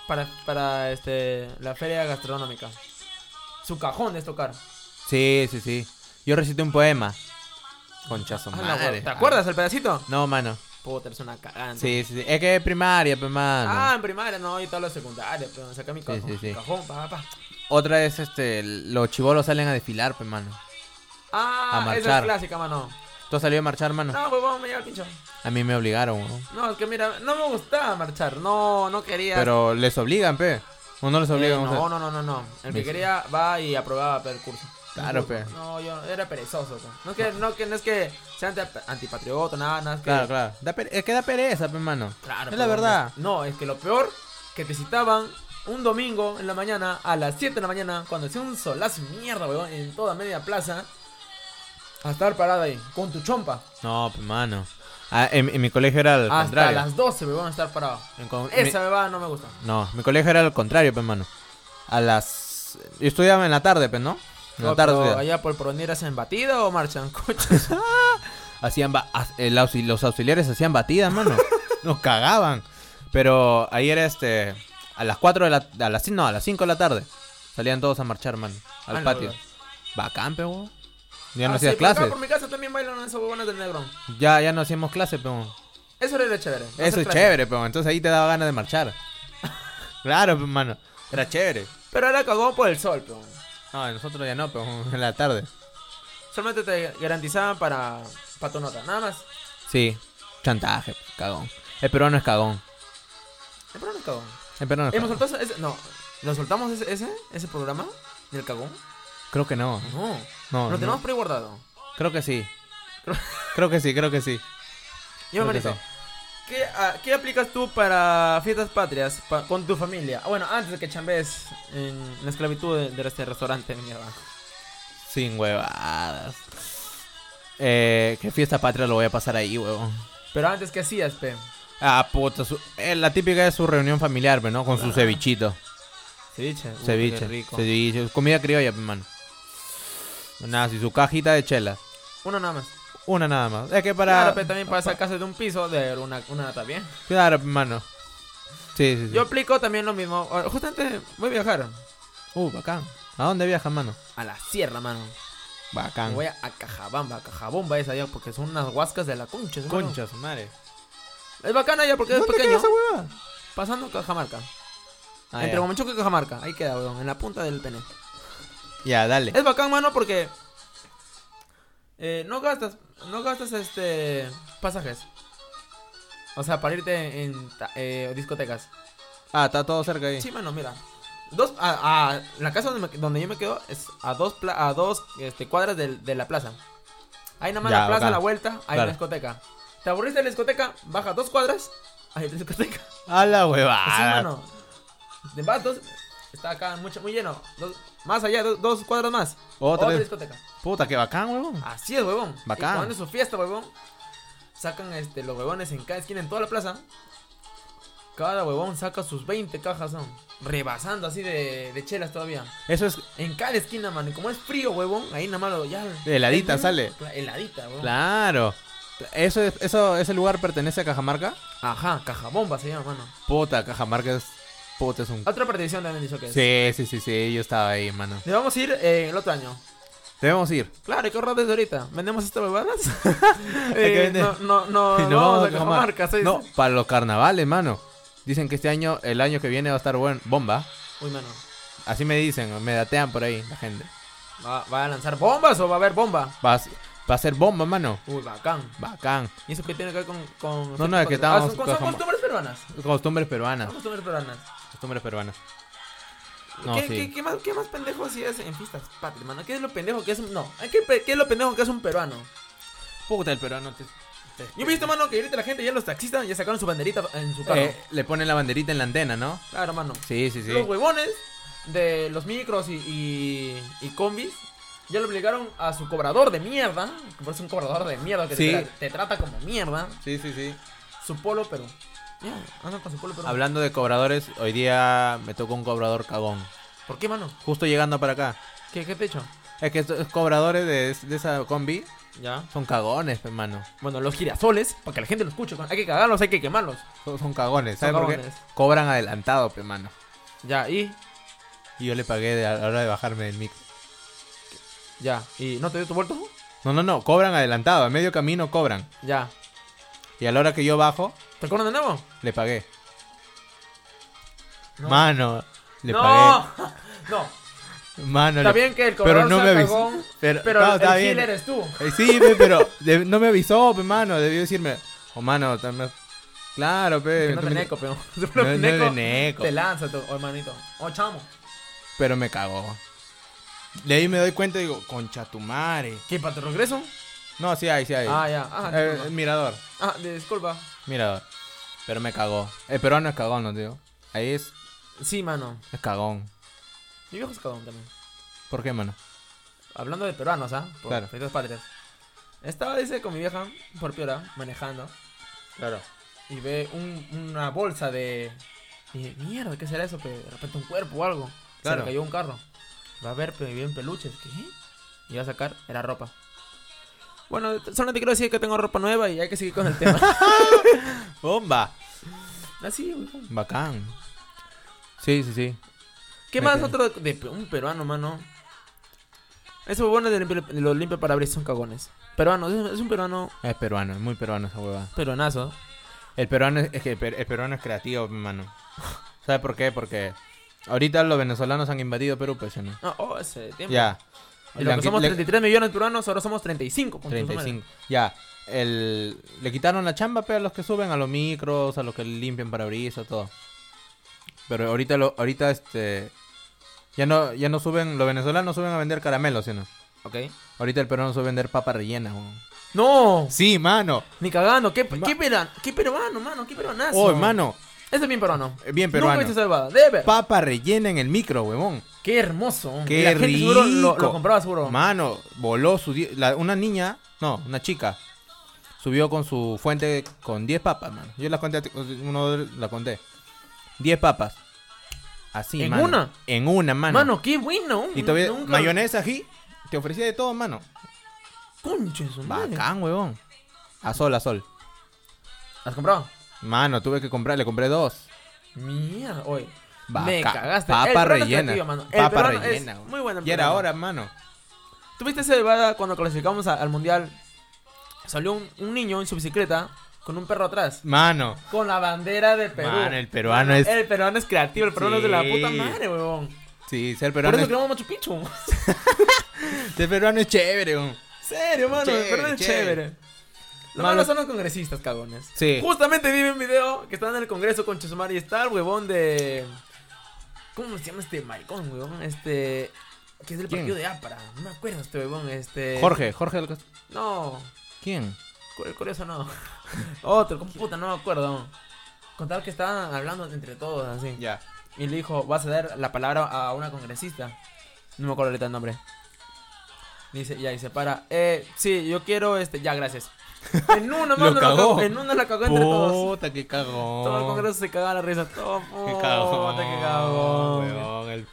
Speaker 2: para, para este, la feria gastronómica. Su cajón es tocar.
Speaker 1: Sí, sí, sí. Yo recité un poema. Conchazo,
Speaker 2: Ah, la
Speaker 1: madre.
Speaker 2: hue- ¿Te acuerdas el pedacito?
Speaker 1: Ah, No, mano.
Speaker 2: Puta, eres una cagante.
Speaker 1: Sí, sí, sí. Es que es primaria, pues, mano.
Speaker 2: Ah, en primaria, no, yo te hablo de secundaria, pero saqué mi cajón.
Speaker 1: sí, sí.
Speaker 2: mi cajón, pa, pa.
Speaker 1: Otra es, este, los chivolos salen a desfilar, pues, mano. A
Speaker 2: Ah, esa
Speaker 1: marchar.
Speaker 2: es clásica, mano.
Speaker 1: ¿Tú has salido a marchar, mano?
Speaker 2: No, huevón, me lleva el pincho.
Speaker 1: A mí me obligaron, weón.
Speaker 2: No, es que mira, no me gustaba marchar. No, no quería.
Speaker 1: Pero les obligan, pe. O no les
Speaker 2: Eh,
Speaker 1: obligan, o sea,
Speaker 2: no, no, no, no, no. El que
Speaker 1: Listo.
Speaker 2: quería va y aprobaba per curso.
Speaker 1: Claro, pe.
Speaker 2: No, yo era perezoso, pe. No es que, no, que, no es que sea anti- antipatriota, nada, nada. es que-
Speaker 1: Claro, claro. Da pere- Es que da pereza, pe, mano.
Speaker 2: Claro,
Speaker 1: Es la
Speaker 2: pero
Speaker 1: verdad.
Speaker 2: No, es que lo peor que te citaban un domingo en la mañana, a las 7 de la mañana, cuando hacía un solazo mierda, weón, en toda media plaza, a estar parada ahí, con tu chompa.
Speaker 1: No, pe, mano. Ah, en, en mi colegio era al
Speaker 2: hasta
Speaker 1: contrario.
Speaker 2: las 12, weón, a estar parado.
Speaker 1: En con- mi-
Speaker 2: Esa bebada no me gusta.
Speaker 1: No, mi colegio era al contrario, pe, mano. A las... Yo estudiaba en la tarde, pe, ¿no? En la
Speaker 2: No,
Speaker 1: tarde
Speaker 2: pero
Speaker 1: estudiaba.
Speaker 2: allá por Porvenir hacen batida o marchan coches.
Speaker 1: hacían ba- as- el auxi- los auxiliares hacían batidas, mano. Nos cagaban. Pero ahí era este a las 4 de la a las cin- no, a las 5 de la tarde salían todos a marchar, mano, al
Speaker 2: Ah, no,
Speaker 1: patio.
Speaker 2: verdad.
Speaker 1: Bacán, pe, huevón. Ya no
Speaker 2: Ah,
Speaker 1: hacías
Speaker 2: sí, por acá,
Speaker 1: clases.
Speaker 2: Por mi casa también bailan esos huevones del negrón.
Speaker 1: Ya ya no hacíamos clases, pe. huevón.
Speaker 2: Eso era lo chévere. no hacer
Speaker 1: Eso es
Speaker 2: clases.
Speaker 1: chévere, pe. huevón. Entonces ahí te daba ganas de marchar. claro, pe, mano. Era chévere.
Speaker 2: Pero era cagón por el sol, pero.
Speaker 1: No, nosotros ya no, pero en la tarde.
Speaker 2: Solamente te garantizaban para, para tu nota, nada más.
Speaker 1: Sí. Chantaje, pe, cagón. El peruano es cagón.
Speaker 2: El programa es cagón.
Speaker 1: El peruano es
Speaker 2: ¿Hemos
Speaker 1: cagón.
Speaker 2: soltado ese? No. ¿Lo soltamos ese, ese, ese programa? ¿Del cagón?
Speaker 1: Creo que no.
Speaker 2: No.
Speaker 1: No,
Speaker 2: Lo
Speaker 1: no.
Speaker 2: tenemos preguardado.
Speaker 1: Creo que sí. Creo que sí, creo que sí.
Speaker 2: Yo me
Speaker 1: Creo que
Speaker 2: manito. ¿Qué, ah, ¿Qué aplicas tú para fiestas patrias pa- con tu familia? Ah, Bueno, antes de que chambes en la esclavitud de, de este restaurante, mierda.
Speaker 1: Sin huevadas. Eh, qué fiesta patria lo voy a pasar ahí, huevón.
Speaker 2: Pero antes, ¿qué hacías, pe?
Speaker 1: Ah, puta. su- eh, la típica es su reunión familiar, pero no, con su cevichito.
Speaker 2: Ceviche. Uy, qué
Speaker 1: ceviche.
Speaker 2: rico.
Speaker 1: Ceviche. Comida criolla, hermano. Nada, si su cajita de chela.
Speaker 2: Uno nada más.
Speaker 1: Una nada más. Es que
Speaker 2: Claro,
Speaker 1: para.
Speaker 2: pero también para sacarse de un piso de una, una nata bien.
Speaker 1: Claro, hermano. pues, Sí, sí, sí.
Speaker 2: Yo aplico también lo mismo. Ah, Justamente voy a viajar
Speaker 1: Uh, bacán. ¿A dónde viajas, mano?
Speaker 2: a la sierra, mano. Me
Speaker 1: Bacán.
Speaker 2: voy a, a Cajabamba, a Cajabomba es allá porque son unas huascas de la concha. hermano.
Speaker 1: Conchas, madre.
Speaker 2: Es bacana allá porque es
Speaker 1: ¿Dónde queda
Speaker 2: pequeño.
Speaker 1: esa huevada?
Speaker 2: Pasando Cajamarca.
Speaker 1: Ah,
Speaker 2: Entre
Speaker 1: ya.
Speaker 2: Huamachuco y Cajamarca. Ahí queda, weón. En la punta del pene.
Speaker 1: Ya, dale.
Speaker 2: Es bacán, mano, porque. eh, no gastas. No gastas este. Pasajes. O sea, para irte en ta- eh, discotecas.
Speaker 1: Ah, está todo cerca ahí.
Speaker 2: Sí, mano, mira. Dos, a, a- la casa donde, me- donde yo me quedo es a dos, pla- a dos este, cuadras del- de, la plaza. Ahí nada más
Speaker 1: Ya,
Speaker 2: la plaza,
Speaker 1: bacán.
Speaker 2: la vuelta, hay
Speaker 1: Claro.
Speaker 2: una discoteca. ¿Te aburriste de la discoteca? Baja dos cuadras, hay otra discoteca.
Speaker 1: A la
Speaker 2: Así,
Speaker 1: huevada.
Speaker 2: Pues mano. De más, dos, está acá mucho, muy lleno. Dos- más allá, dos, dos cuadras más.
Speaker 1: Otra vez.
Speaker 2: discoteca.
Speaker 1: Puta, qué bacán, huevón.
Speaker 2: Así es, huevón.
Speaker 1: Bacán.
Speaker 2: Y cuando es su fiesta, huevón, sacan este, los huevones en cada esquina, en toda la plaza. Cada huevón saca sus 20 cajas, son rebasando así de, de chelas todavía.
Speaker 1: Eso es
Speaker 2: En cada esquina, mano. Y como es frío, huevón, ahí nada más lo- ya.
Speaker 1: Heladita
Speaker 2: el mismo-
Speaker 1: sale.
Speaker 2: Cla- Heladita, huevón.
Speaker 1: Claro. Eso es, eso, ese lugar pertenece a Cajamarca.
Speaker 2: Ajá, cajabomba se llama, mano.
Speaker 1: Puta, Cajamarca es. Puta, es un.
Speaker 2: Otra perdición también dijo que es.
Speaker 1: Sí, sí, sí, sí, yo estaba ahí, mano.
Speaker 2: Le vamos a ir eh, el otro año.
Speaker 1: Debemos ir.
Speaker 2: Claro, hay que ahorrar desde ahorita. Vendemos estas huevadas.
Speaker 1: Hay que
Speaker 2: Eh,
Speaker 1: vender.
Speaker 2: no, no, no,
Speaker 1: Y
Speaker 2: no,
Speaker 1: nos
Speaker 2: vamos a
Speaker 1: Cajamar-
Speaker 2: ¿eh? Cajamarca, sí,
Speaker 1: No,
Speaker 2: sí.
Speaker 1: para los carnavales, mano. Dicen que este año, el año que viene va a estar buen, bomba.
Speaker 2: Uy, mano.
Speaker 1: Así me dicen, me datean por ahí la gente.
Speaker 2: ¿Va, va a lanzar bombas o va a haber bomba?
Speaker 1: Va a, va a ser bomba, mano.
Speaker 2: Uy, bacán.
Speaker 1: Bacán.
Speaker 2: ¿Y eso qué tiene que ver con.? con
Speaker 1: No, no, es que
Speaker 2: Ah,
Speaker 1: estábamos Ah.
Speaker 2: son,
Speaker 1: con
Speaker 2: son
Speaker 1: jamón.
Speaker 2: costumbres peruanas.
Speaker 1: Costumbres
Speaker 2: Son
Speaker 1: peruanas.
Speaker 2: costumbres peruanas.
Speaker 1: Costumbres peruanas. No,
Speaker 2: ¿Qué,
Speaker 1: sí.
Speaker 2: qué, qué más, ¿Qué más pendejo así es en fiestas patrias, mano? ¿Qué es lo pendejo que es un.? No, ¿qué, pe- qué es lo pendejo que es un peruano?
Speaker 1: Puta, el peruano te.
Speaker 2: Yo he visto, mano, que ahorita la gente ya los taxistas ya sacaron su banderita en su carro.
Speaker 1: Eh, le ponen la banderita en la antena, ¿no?
Speaker 2: Claro, mano.
Speaker 1: Sí, sí, sí.
Speaker 2: Los huevones de los micros y, y, y combis ya le obligaron a su cobrador de mierda. que Por eso es un cobrador de mierda que
Speaker 1: Sí.
Speaker 2: te, te trata como mierda.
Speaker 1: Sí, sí, sí.
Speaker 2: Su polo, pero. Ya, andan con su polo, pero.
Speaker 1: Hablando de cobradores, hoy día me tocó un cobrador cagón.
Speaker 2: ¿Por qué, mano?
Speaker 1: Justo llegando para acá.
Speaker 2: ¿Qué, qué te he hecho?
Speaker 1: Es que estos cobradores de, de esa combi
Speaker 2: Ya.
Speaker 1: son cagones, hermano.
Speaker 2: Bueno, los girasoles, para que la gente lo escuche. con- Hay que cagarlos, hay que quemarlos.
Speaker 1: Son, son cagones,
Speaker 2: Son
Speaker 1: ¿sabes por qué?
Speaker 2: cagones.
Speaker 1: Cobran adelantado, hermano.
Speaker 2: Ya, y.
Speaker 1: Y yo le pagué de- a la hora de bajarme del micro.
Speaker 2: Ya. ¿Y no te dio tu vuelto?
Speaker 1: No, no, no, cobran adelantado, a medio camino cobran.
Speaker 2: Ya.
Speaker 1: Y a la hora que yo bajo,
Speaker 2: ¿Te cobran de nuevo?
Speaker 1: le pagué.
Speaker 2: No.
Speaker 1: Mano, le
Speaker 2: no.
Speaker 1: pagué.
Speaker 2: No.
Speaker 1: Mano,
Speaker 2: Está
Speaker 1: le-
Speaker 2: bien que el
Speaker 1: Pero
Speaker 2: cobrador
Speaker 1: no
Speaker 2: sea
Speaker 1: me avisó.
Speaker 2: cagón,
Speaker 1: Pero,
Speaker 2: pero
Speaker 1: no,
Speaker 2: el
Speaker 1: está
Speaker 2: killer
Speaker 1: bien.
Speaker 2: eres tú.
Speaker 1: Eh, sí, pe, pero de- no me avisó, pe, mano. Debió decirme, oh, mano, también. Claro, pe.
Speaker 2: Que no te
Speaker 1: también-
Speaker 2: neco, pero.
Speaker 1: No, no de neco.
Speaker 2: Te lanza, tú, oh, hermanito. Oh, chamo.
Speaker 1: Pero me cagó. De ahí me doy cuenta y digo, concha tu madre.
Speaker 2: ¿Qué, para tu regreso?
Speaker 1: No, sí hay, sí hay.
Speaker 2: Ah, ya. Ah,
Speaker 1: Eh,
Speaker 2: disculpa.
Speaker 1: mirador,
Speaker 2: Ah, disculpa.
Speaker 1: mirador. Pero me cagó. El peruano es cagón, no digo. Ahí es,
Speaker 2: Sí, mano.
Speaker 1: es cagón.
Speaker 2: Mi viejo es cagón también.
Speaker 1: ¿Por qué, mano?
Speaker 2: Hablando de peruanos, ¿ah? Por
Speaker 1: Claro.
Speaker 2: Fritos Patrias. Estaba, dice, con mi vieja, por Piura, manejando.
Speaker 1: Claro.
Speaker 2: y ve un- una bolsa de. Y dije, mierda, ¿qué será eso? pe? de repente un cuerpo o algo.
Speaker 1: Claro.
Speaker 2: Se le cayó un carro. Va a ver, pero bien peluches. ¿Qué? Y va a sacar, era ropa. Bueno, solo te quiero decir que tengo ropa nueva y hay que seguir con el tema. Ah,
Speaker 1: Bomba.
Speaker 2: Así, weón.
Speaker 1: Bacán. Sí, sí, sí.
Speaker 2: ¿Qué
Speaker 1: Me
Speaker 2: más
Speaker 1: quedé.
Speaker 2: otro de pe- un peruano, mano? Esos buenos de limpia- de los limpia parabrisas son cagones. Peruanos, es, es un peruano
Speaker 1: Es peruano, es muy peruano esa huevada.
Speaker 2: peruanazo.
Speaker 1: El peruano es, es que el per- el peruano es creativo, hermano. ¿Sabes por qué? Porque ahorita los venezolanos han invadido Perú, pues, ¿o ¿no?
Speaker 2: No, oh, ese tiempo.
Speaker 1: Ya.
Speaker 2: Y lo que
Speaker 1: Le-
Speaker 2: somos
Speaker 1: le-
Speaker 2: 33 millones de peruanos, ahora somos 35. con tu madre.
Speaker 1: 35. Ya. El, le quitaron la chamba pe, a los que suben, a los micros, a los que limpian parabrisas, todo. Pero ahorita, lo, ahorita este. Ya no, ya no suben, los venezolanos suben a vender caramelos, ¿sí o no?
Speaker 2: Ok.
Speaker 1: Ahorita el peruano sube a vender papa rellena, weón.
Speaker 2: ¡No!
Speaker 1: Sí, mano.
Speaker 2: Ni cagando, ¿qué,
Speaker 1: Ma-
Speaker 2: qué, pera- qué peruano, mano? ¿Qué peruanazo?
Speaker 1: Oh, hermano.
Speaker 2: Ese es bien peruano.
Speaker 1: eh, Bien
Speaker 2: Nunca
Speaker 1: peruano.
Speaker 2: he visto salvada. Debe ver.
Speaker 1: Papa rellena en el micro, huevón.
Speaker 2: Qué hermoso.
Speaker 1: Qué
Speaker 2: Y la gente seguro lo,
Speaker 1: rico.
Speaker 2: lo compraba seguro.
Speaker 1: Mano, voló su... die- la- una niña, no, una chica, subió con su fuente con 10 papas, mano. Yo las conté, uno la conté. 10 papas. Así,
Speaker 2: ¿En
Speaker 1: mano.
Speaker 2: una?
Speaker 1: En una, mano.
Speaker 2: mano. qué bueno.
Speaker 1: y todavía
Speaker 2: Nunca-
Speaker 1: mayonesa, ají, te ofrecía de todo, mano.
Speaker 2: Concha de su madre.
Speaker 1: Bacán, huevón. A sol, a sol.
Speaker 2: ¿Has comprado?
Speaker 1: Mano, tuve que comprar, le compré dos.
Speaker 2: Mierda, oye.
Speaker 1: Vaca-
Speaker 2: me cagaste. El
Speaker 1: Papa
Speaker 2: peruano es
Speaker 1: rellena.
Speaker 2: creativo, mano. El
Speaker 1: Papa
Speaker 2: peruano es
Speaker 1: rellena. güey.
Speaker 2: muy bueno en
Speaker 1: y era
Speaker 2: peruano.
Speaker 1: ahora, mano.
Speaker 2: ¿Tuviste esa bebada cuando clasificamos a- al mundial? Salió un, un niño en su bicicleta con un perro atrás.
Speaker 1: Mano.
Speaker 2: Con la bandera de Perú.
Speaker 1: Mano, el peruano es.
Speaker 2: El peruano es creativo, el peruano es de la
Speaker 1: Sí.
Speaker 2: puta madre, weón.
Speaker 1: Sí, ser
Speaker 2: Por
Speaker 1: peruano
Speaker 2: eso
Speaker 1: es...
Speaker 2: creamos Machu Picchu.
Speaker 1: ser peruano es chévere, güey.
Speaker 2: Serio, mano,
Speaker 1: Chévere,
Speaker 2: el peruano es
Speaker 1: chévere.
Speaker 2: chévere. Lo
Speaker 1: Malo-
Speaker 2: malo son los congresistas, cagones.
Speaker 1: Sí.
Speaker 2: Justamente vi un video que estaban en el congreso con Chosumar y está el huevón de. ¿Cómo se llama este maricón, huevón? Este. Que es del
Speaker 1: ¿Quién?
Speaker 2: partido de APRA. No me acuerdo este huevón, este.
Speaker 1: Jorge, Jorge del Cast-
Speaker 2: No.
Speaker 1: ¿Quién?
Speaker 2: Cu- El curioso no. Otro, con puta, no me acuerdo. Contar que estaban hablando entre todos así.
Speaker 1: Ya.
Speaker 2: Y le dijo, vas a dar la palabra a una congresista. No me acuerdo ahorita el nombre. Dice, ya, y se para. Eh, sí, yo quiero este. Ya, gracias. En una
Speaker 1: Lo
Speaker 2: mano la
Speaker 1: cagó.
Speaker 2: cagó, En una la cagó entre todos.
Speaker 1: Puta, qué cagón.
Speaker 2: Todo el congreso se cagaba la risa. Todo, puta,
Speaker 1: Qué
Speaker 2: qué
Speaker 1: cagón.
Speaker 2: cagón.
Speaker 1: weón, el-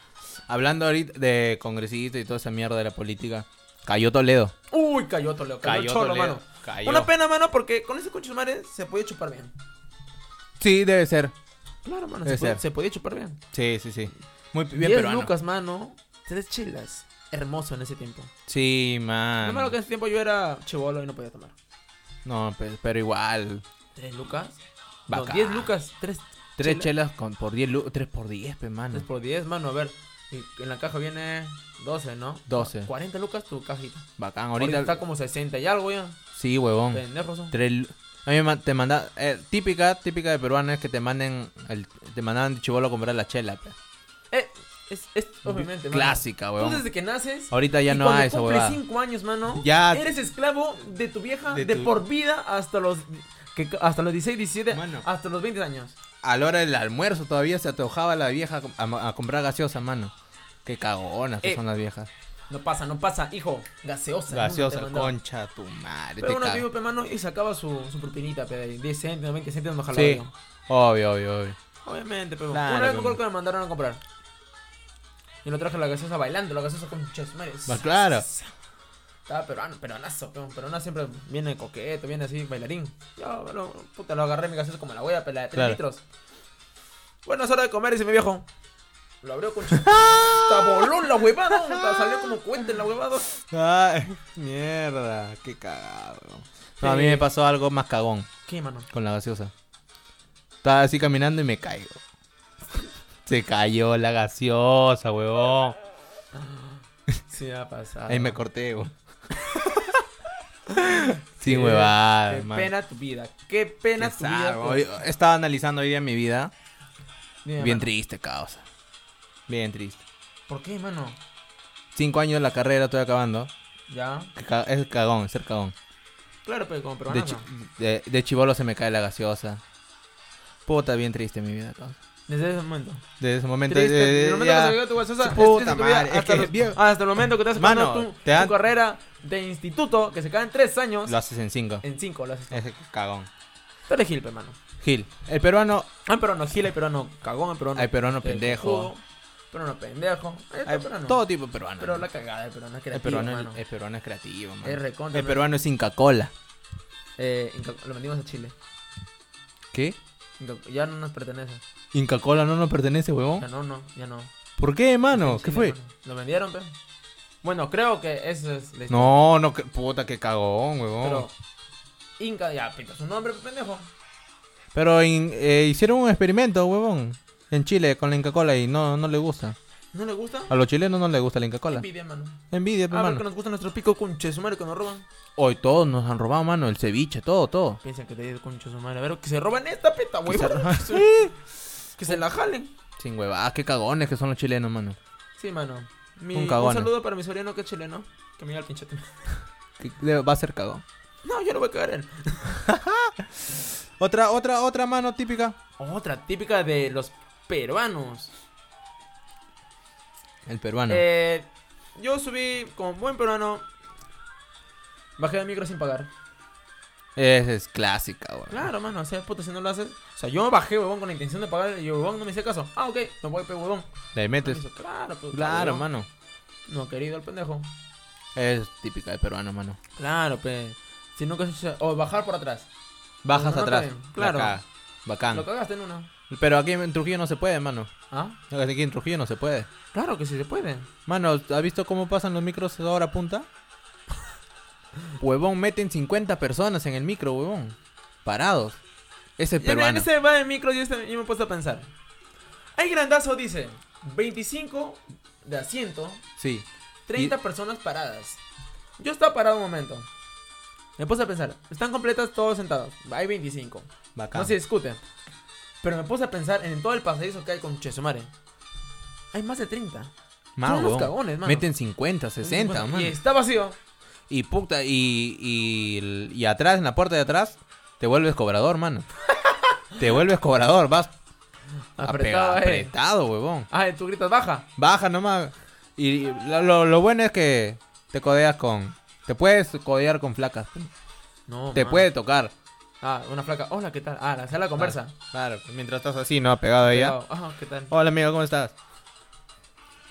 Speaker 1: Hablando ahorita de congresito y toda esa mierda de la política. Cayó Toledo.
Speaker 2: Uy, cayó Toledo. Cayó,
Speaker 1: Cayó
Speaker 2: Cholo,
Speaker 1: Toledo.
Speaker 2: mano.
Speaker 1: Cayó.
Speaker 2: Una pena, mano, porque con ese concho de su madre se puede chupar bien.
Speaker 1: Sí, debe ser.
Speaker 2: Claro, mano,
Speaker 1: Debe
Speaker 2: se,
Speaker 1: ser.
Speaker 2: puede, se podía chupar bien.
Speaker 1: Sí, sí, sí. Muy bien
Speaker 2: 10
Speaker 1: peruano.
Speaker 2: lucas, mano. Tres chilas. Hermoso en ese tiempo.
Speaker 1: Sí,
Speaker 2: No
Speaker 1: man.
Speaker 2: malo que en ese tiempo yo era chivolo y no podía tomar.
Speaker 1: No, pe- pero, igual.
Speaker 2: ¿Tres lucas?
Speaker 1: Bacán.
Speaker 2: No, 10 lucas. Tres,
Speaker 1: Tres
Speaker 2: Chela.
Speaker 1: chelas con, por 10 lucas. Tres por 10, pe,
Speaker 2: tres
Speaker 1: mano.
Speaker 2: por 10, mano. A ver. y en la caja viene 12, ¿no?
Speaker 1: 12.
Speaker 2: 40 lucas tu cajita.
Speaker 1: Bacán.
Speaker 2: Ahorita
Speaker 1: Ahorita.
Speaker 2: está como 60 y algo ya.
Speaker 1: Sí, huevón.
Speaker 2: Pendejos son.
Speaker 1: Tres lu- A mí me man- te manda eh, típica, típica de peruana es que te manden el, te mandaban chivolo a comprar la chela, pe.
Speaker 2: Eh, es, es obviamente, mano.
Speaker 1: Clásica,
Speaker 2: Tú
Speaker 1: huevón.
Speaker 2: desde que naces.
Speaker 1: Ahorita ya
Speaker 2: y
Speaker 1: no
Speaker 2: cuando
Speaker 1: hay esa
Speaker 2: cumples
Speaker 1: huevada.
Speaker 2: 5 años, mano.
Speaker 1: Ya-
Speaker 2: Eres esclavo de tu vieja
Speaker 1: De
Speaker 2: de,
Speaker 1: tu-
Speaker 2: por vida hasta los. que- hasta los 16, 17,
Speaker 1: Mano.
Speaker 2: hasta los 20 años.
Speaker 1: A la hora del almuerzo todavía se atojaba la vieja a, a comprar gaseosa, mano. Qué cagonas que
Speaker 2: Eh,
Speaker 1: son las viejas.
Speaker 2: No pasa, no pasa, hijo. Gaseosa.
Speaker 1: Gaseosa,
Speaker 2: ¿no? Te mandaba.
Speaker 1: concha, tu madre.
Speaker 2: Pero
Speaker 1: te
Speaker 2: uno
Speaker 1: caga.
Speaker 2: digo, pe, mano, y sacaba su, su propinita, pe, de 10 céntimos, 20 céntimos, ojalá.
Speaker 1: Sí, obvio, obvio, obio.
Speaker 2: Obviamente, pero
Speaker 1: Claro,
Speaker 2: una vez me
Speaker 1: pero-
Speaker 2: acuerdo que me mandaron a comprar. Y lo traje la gaseosa bailando, la gaseosa con muchas mares.
Speaker 1: Más claro.
Speaker 2: Estaba peruano, peruanazo, pe, peruana siempre viene coqueto, viene así, bailarín. Yo, lo, puta, lo agarré mi gaseosa como la hueá, pero la de 3
Speaker 1: Claro.
Speaker 2: litros. Bueno, es hora de comer, dice mi viejo. Lo abrió con chas- Puta, voló la huevada, puta, salió como cuenta en la huevada.
Speaker 1: Ay, mierda, qué cagado. No, a mí
Speaker 2: Sí.
Speaker 1: me pasó algo más cagón
Speaker 2: ¿Qué, mano?
Speaker 1: con la gaseosa. Estaba así caminando y me caigo. Se cayó la gaseosa, huevón.
Speaker 2: Sí, ha pasado.
Speaker 1: Ahí me corté, huevón. Sin
Speaker 2: Qué-
Speaker 1: huevada,
Speaker 2: Qué pena tu vida, qué pena tu vida. pues.
Speaker 1: Estaba analizando hoy día mi vida.
Speaker 2: Dime,
Speaker 1: Bien
Speaker 2: mano,
Speaker 1: triste, causa. Bien triste.
Speaker 2: ¿Por qué, mano?
Speaker 1: Cinco años de la carrera estoy acabando.
Speaker 2: Ya.
Speaker 1: Qué ca- Es cagón, ser cagón.
Speaker 2: Claro, pero como
Speaker 1: De,
Speaker 2: peruano.
Speaker 1: chi- de, de chivolo se me cae la gaseosa. Puta, bien triste mi vida, causa.
Speaker 2: Desde ese momento.
Speaker 1: Desde ese momento.
Speaker 2: Triste,
Speaker 1: eh,
Speaker 2: desde el momento
Speaker 1: ya-
Speaker 2: que se vio tu gaseosa,
Speaker 1: Su
Speaker 2: es
Speaker 1: puta
Speaker 2: triste tu
Speaker 1: madre,
Speaker 2: vida
Speaker 1: es
Speaker 2: hasta,
Speaker 1: que
Speaker 2: los-
Speaker 1: bien-
Speaker 2: hasta el momento que te has
Speaker 1: Mano,
Speaker 2: acabado tu,
Speaker 1: te dan-
Speaker 2: tu carrera de instituto, que se cae en tres años.
Speaker 1: Lo haces en cinco.
Speaker 2: En cinco lo haces.
Speaker 1: Ese cagón.
Speaker 2: Tú eres gil, pe, mano.
Speaker 1: Gil. El peruano.
Speaker 2: Ah, pero no gil, hay peruano cagón, hay peruano.
Speaker 1: Hay peruano
Speaker 2: eh,
Speaker 1: pendejo.
Speaker 2: cojudo, Peruano pendejo. Hay
Speaker 1: Hay
Speaker 2: peruano.
Speaker 1: todo tipo de peruano.
Speaker 2: Pero la cagada de peruano es
Speaker 1: el,
Speaker 2: creativo,
Speaker 1: peruano,
Speaker 2: mano.
Speaker 1: el peruano es creativo, mano.
Speaker 2: Es recontra,
Speaker 1: El
Speaker 2: ¿no?
Speaker 1: peruano es Inca Cola.
Speaker 2: Eh, Inca- lo vendimos a Chile.
Speaker 1: ¿Qué?
Speaker 2: Inca- Ya no nos pertenece.
Speaker 1: Inca Cola no nos pertenece,
Speaker 2: Ya
Speaker 1: huevón.
Speaker 2: no, no, ya no.
Speaker 1: ¿Por qué, mano?
Speaker 2: Sí,
Speaker 1: ¿Qué
Speaker 2: sí,
Speaker 1: fue?
Speaker 2: mano. Lo vendieron, pe. Bueno, creo que eso es. la historia,
Speaker 1: No, no, que- puta, qué cagón, huevón.
Speaker 2: Pero. Inca, ya, pinta su nombre, pe, pendejo.
Speaker 1: Pero in- eh, hicieron un experimento, huevón, en Chile con la Inca Cola y no, no le gusta.
Speaker 2: ¿No le gusta?
Speaker 1: A los chilenos no les gusta la Inca Cola.
Speaker 2: Envidia, mano.
Speaker 1: Envidia,
Speaker 2: Ah, porque
Speaker 1: hermano.
Speaker 2: nos gustan nuestros picos conche su madre que nos roban.
Speaker 1: Hoy todos nos han robado, mano, el ceviche, todo, todo.
Speaker 2: Piensan que te digo conche su madre. A ver, que se roban esta peta, güey. que se la jalen.
Speaker 1: Sin huevadas, qué cagones que son los chilenos, mano.
Speaker 2: Sí, mano. Mi-
Speaker 1: Un
Speaker 2: un,
Speaker 1: cagón.
Speaker 2: saludo para mi sobrino que es chileno. Que me diga el pinche.
Speaker 1: Que le- Va a ser cagón.
Speaker 2: No, yo lo voy a cagar él.
Speaker 1: Otra, otra, otra mano típica.
Speaker 2: Otra típica de los peruanos.
Speaker 1: El peruano.
Speaker 2: Eh, yo subí como buen peruano. Bajé de micro sin pagar.
Speaker 1: Esa es clásica, huevón.
Speaker 2: Claro, mano, o sea, puta, si no lo haces. O sea, yo bajé, huevón, con la intención de pagar. Y huevón no me hice caso. Ah, ok, no voy, pe, huevón.
Speaker 1: Le
Speaker 2: No me
Speaker 1: metes.
Speaker 2: hizo, claro, pues,
Speaker 1: Claro,
Speaker 2: huevón.
Speaker 1: mano.
Speaker 2: No, querido, el pendejo.
Speaker 1: Es típica de peruano, mano.
Speaker 2: Claro, pe. Si nunca has hecho- O bajar por atrás.
Speaker 1: Bajas
Speaker 2: No, no
Speaker 1: atrás.
Speaker 2: caen. Claro.
Speaker 1: La caga. Bacán.
Speaker 2: Lo cagaste en una.
Speaker 1: Pero aquí en Trujillo no se puede, mano.
Speaker 2: ¿Ah?
Speaker 1: Aquí en Trujillo no se puede.
Speaker 2: Claro que sí se puede.
Speaker 1: Mano, ¿has visto cómo pasan los micros ahora punta? Huevón, meten 50 personas en el micro, huevón. Parados. Ese
Speaker 2: Ya mira, en
Speaker 1: peruano.
Speaker 2: ese va del micro yo, este- yo me he puesto a pensar. Hay grandazo, dice, 25 de asiento,
Speaker 1: Sí.
Speaker 2: 30 personas paradas. Yo estaba parado un momento. Me puse a pensar, están completas todos sentados. Hay 25.
Speaker 1: Bacán.
Speaker 2: No se discute. Pero me puse a pensar en todo el pasadizo que hay con Chesumare. Hay más de 30.
Speaker 1: Más,
Speaker 2: son unos
Speaker 1: huevón.
Speaker 2: cagones, mano.
Speaker 1: Meten 50, 60, mano.
Speaker 2: Y está vacío.
Speaker 1: Y puta, y, y, y atrás, en la puerta de atrás, te vuelves cobrador, mano. te vuelves cobrador, vas apretado,
Speaker 2: Apretado, eh.
Speaker 1: apretado huevón.
Speaker 2: Ah, tú gritas, baja.
Speaker 1: Baja nomás. Y lo, lo- lo bueno es que te codeas con... Te puedes codear con flacas.
Speaker 2: No,
Speaker 1: te
Speaker 2: Oh, man.
Speaker 1: puede tocar.
Speaker 2: Ah, una flaca. Hola, ¿qué tal? Ah, la sala conversa.
Speaker 1: Claro, mientras estás así, ¿no? Pegado a ella.
Speaker 2: Pegado. Ah, ¿qué tal?
Speaker 1: Hola, amigo, ¿cómo estás?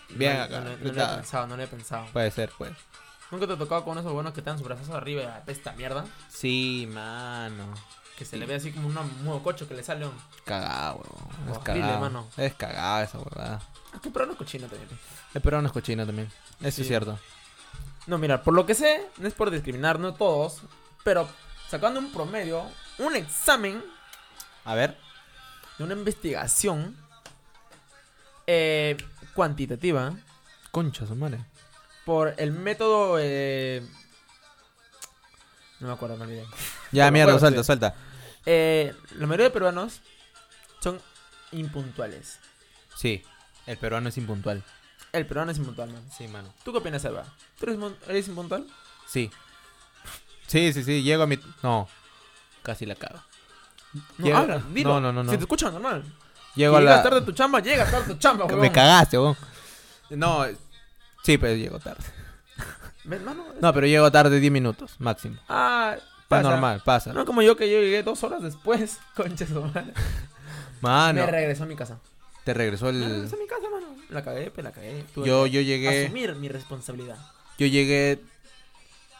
Speaker 1: Bien
Speaker 2: no,
Speaker 1: acá,
Speaker 2: No, no, no lo he
Speaker 1: apretado.
Speaker 2: pensado, no lo he pensado.
Speaker 1: Puede ser, pues.
Speaker 2: ¿Nunca te ha tocado con esos buenos que te dan su brazazo arriba y apesta mierda?
Speaker 1: Sí, mano.
Speaker 2: Que se le ve así como una- un mococho que le sale un...
Speaker 1: Cagado, huevón. Es
Speaker 2: Horrible,
Speaker 1: cagado.
Speaker 2: mano.
Speaker 1: Es cagado esa huevada.
Speaker 2: Ah, qué perro cochino también.
Speaker 1: El peruano es cochino también. Eso
Speaker 2: Sí.
Speaker 1: es cierto.
Speaker 2: No, mira, por lo que sé, no es por discriminar, no todos, pero sacando un promedio, un examen
Speaker 1: A ver.
Speaker 2: de una investigación eh, cuantitativa
Speaker 1: Concha, su madre.
Speaker 2: por el método... eh, No me acuerdo, me olvidé.
Speaker 1: Ya,
Speaker 2: Pero
Speaker 1: mierda, suelta,
Speaker 2: acuérdate.
Speaker 1: suelta.
Speaker 2: Eh, la mayoría de peruanos son impuntuales.
Speaker 1: Sí, el peruano es impuntual.
Speaker 2: El peruano es impuntual, man.
Speaker 1: Sí, mano.
Speaker 2: ¿Tú qué opinas, Alba? ¿Tú eres, mon- eres impuntual?
Speaker 1: Sí. Sí, sí, sí, llego a mi... No. Casi la cago.
Speaker 2: No,
Speaker 1: Llega-
Speaker 2: habla, dilo.
Speaker 1: No, no, no, no.
Speaker 2: Si te escuchan, normal.
Speaker 1: Llego a
Speaker 2: llegas
Speaker 1: la...
Speaker 2: tarde a tu chamba, llegas tarde a tu chamba,
Speaker 1: Me
Speaker 2: huevón.
Speaker 1: cagaste, vos. No, sí, pero llego tarde.
Speaker 2: ¿Ves, mano?
Speaker 1: No, pero llego tarde 10 minutos, máximo.
Speaker 2: Ah,
Speaker 1: Es
Speaker 2: pasa.
Speaker 1: normal, pasa.
Speaker 2: No como yo que yo llegué dos horas después, concha su madre.
Speaker 1: Mano,
Speaker 2: Me regresó a mi casa.
Speaker 1: te regresó
Speaker 2: Me
Speaker 1: el...
Speaker 2: regresó a Ah, mi casa, mano. La cagué, pe, la cagué. Tuve
Speaker 1: Yo,
Speaker 2: que
Speaker 1: yo llegué...
Speaker 2: Asumir mi responsabilidad.
Speaker 1: Yo llegué...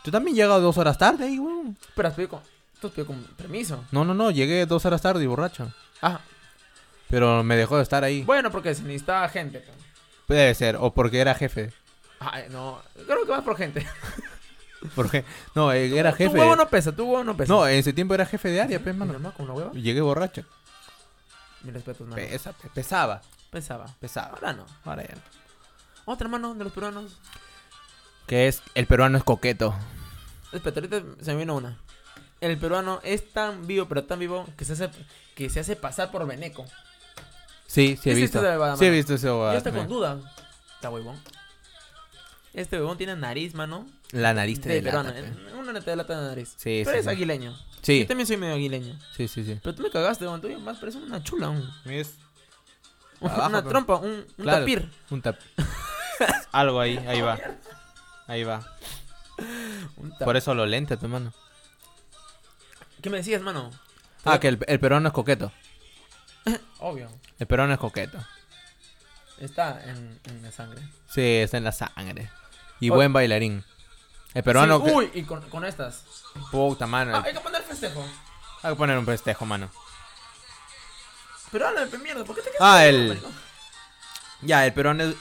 Speaker 1: Tú también llegas dos horas tarde, ahí, weón.
Speaker 2: Pero has pedido con, tú has pedido con permiso.
Speaker 1: No, no, no, llegué dos horas tarde y borracho.
Speaker 2: Ah,
Speaker 1: Pero me dejó de estar ahí.
Speaker 2: bueno, porque se necesitaba gente. pe.
Speaker 1: Debe ser, o porque era jefe.
Speaker 2: Ay, no. Creo que vas por gente.
Speaker 1: Porque, no, eh, era
Speaker 2: Tu
Speaker 1: jefe.
Speaker 2: huevo no pesa, tu huevo no pesa.
Speaker 1: No, en ese tiempo era jefe de área, pues,
Speaker 2: mano.
Speaker 1: mano.
Speaker 2: Normal, con una hueva.
Speaker 1: Llegué borracho.
Speaker 2: Mi respeto, mano.
Speaker 1: Pesa, pe- pesaba,
Speaker 2: Pesaba.
Speaker 1: pesaba.
Speaker 2: Ahora no.
Speaker 1: Ahora ya no.
Speaker 2: Otra mano de los peruanos.
Speaker 1: Que es, el peruano es coqueto.
Speaker 2: Espérate, ahorita se me vino una. El peruano es tan vivo, pero tan vivo, que se hace, que se hace pasar por veneco.
Speaker 1: Sí, sí he
Speaker 2: ¿Viste
Speaker 1: visto.
Speaker 2: esa huevada,
Speaker 1: Sí he
Speaker 2: mano?
Speaker 1: visto ese
Speaker 2: Yo
Speaker 1: huevada
Speaker 2: hasta este con
Speaker 1: también.
Speaker 2: duda. Está huevón. Este huevón tiene nariz, mano.
Speaker 1: La nariz te
Speaker 2: de
Speaker 1: delata,
Speaker 2: peruano.
Speaker 1: pe.
Speaker 2: eh, Una neta de lata de nariz.
Speaker 1: pues. Sí,
Speaker 2: pero
Speaker 1: sí,
Speaker 2: eres
Speaker 1: sí.
Speaker 2: aguileño.
Speaker 1: Sí,
Speaker 2: Yo también soy medio aguileño.
Speaker 1: sí, sí, sí.
Speaker 2: Pero tú me cagaste, huevón. Tú más pareces una chula, un,
Speaker 1: Es Abajo,
Speaker 2: una
Speaker 1: pe.
Speaker 2: trompa, un, un
Speaker 1: Claro.
Speaker 2: tapir.
Speaker 1: un tap. Algo ahí, ahí va. Ahí va.
Speaker 2: Un tapir.
Speaker 1: Por eso lo lente, tu mano.
Speaker 2: ¿Qué me decías, mano?
Speaker 1: Ah, que el, el peruano es coqueto.
Speaker 2: Obvio.
Speaker 1: El peruano es coqueto.
Speaker 2: Está en, en la sangre.
Speaker 1: Sí, está en la sangre. Y
Speaker 2: Oye.
Speaker 1: buen bailarín. El peruano
Speaker 2: Oh. Sí,
Speaker 1: que...
Speaker 2: Uy, y con, con estas.
Speaker 1: Puta, mano.
Speaker 2: Ah, hay que poner festejo.
Speaker 1: Hay que poner un festejo, mano.
Speaker 2: Pero háblame, pe, mierda. ¿Por qué te quedas
Speaker 1: Ah,
Speaker 2: callado,
Speaker 1: el-
Speaker 2: marico?
Speaker 1: Ya, el peruano es...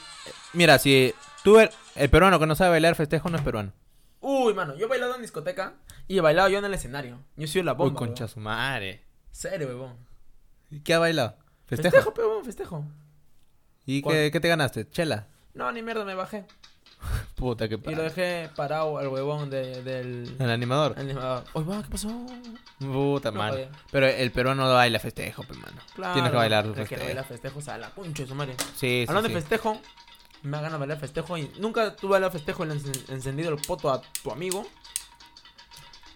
Speaker 1: Mira, si tú... El, el peruano que no sabe bailar festejo no es peruano.
Speaker 2: Uy, mano, yo he bailado en discoteca y he bailado yo en el escenario. Yo soy la bomba.
Speaker 1: Uy, concha su madre.
Speaker 2: huevón. Serio, huevón.
Speaker 1: ¿Y ¿Qué ha bailado? ¿Festejo?
Speaker 2: Festejo, pe, huevón, festejo.
Speaker 1: ¿Y qué,
Speaker 2: ¿Cuál?
Speaker 1: qué te ganaste? ¿Chela?
Speaker 2: No, ni mierda, me bajé.
Speaker 1: Puta, qué
Speaker 2: Y lo
Speaker 1: padre.
Speaker 2: dejé parado al huevón de- del.
Speaker 1: El animador.
Speaker 2: animador. Oye, va, ¿qué pasó?
Speaker 1: Puta,
Speaker 2: No,
Speaker 1: mano.
Speaker 2: oye.
Speaker 1: Pero el peruano no baila festejo, pe, mano.
Speaker 2: Claro.
Speaker 1: Tienes que bailar
Speaker 2: El que
Speaker 1: festejo.
Speaker 2: no baila festejo, es a la concha de su madre.
Speaker 1: Sí, sí,
Speaker 2: Hablando
Speaker 1: sí.
Speaker 2: de festejo, me hagan bailar festejo. Y nunca tú bailas festejo y le has en- encendido el poto a tu amigo.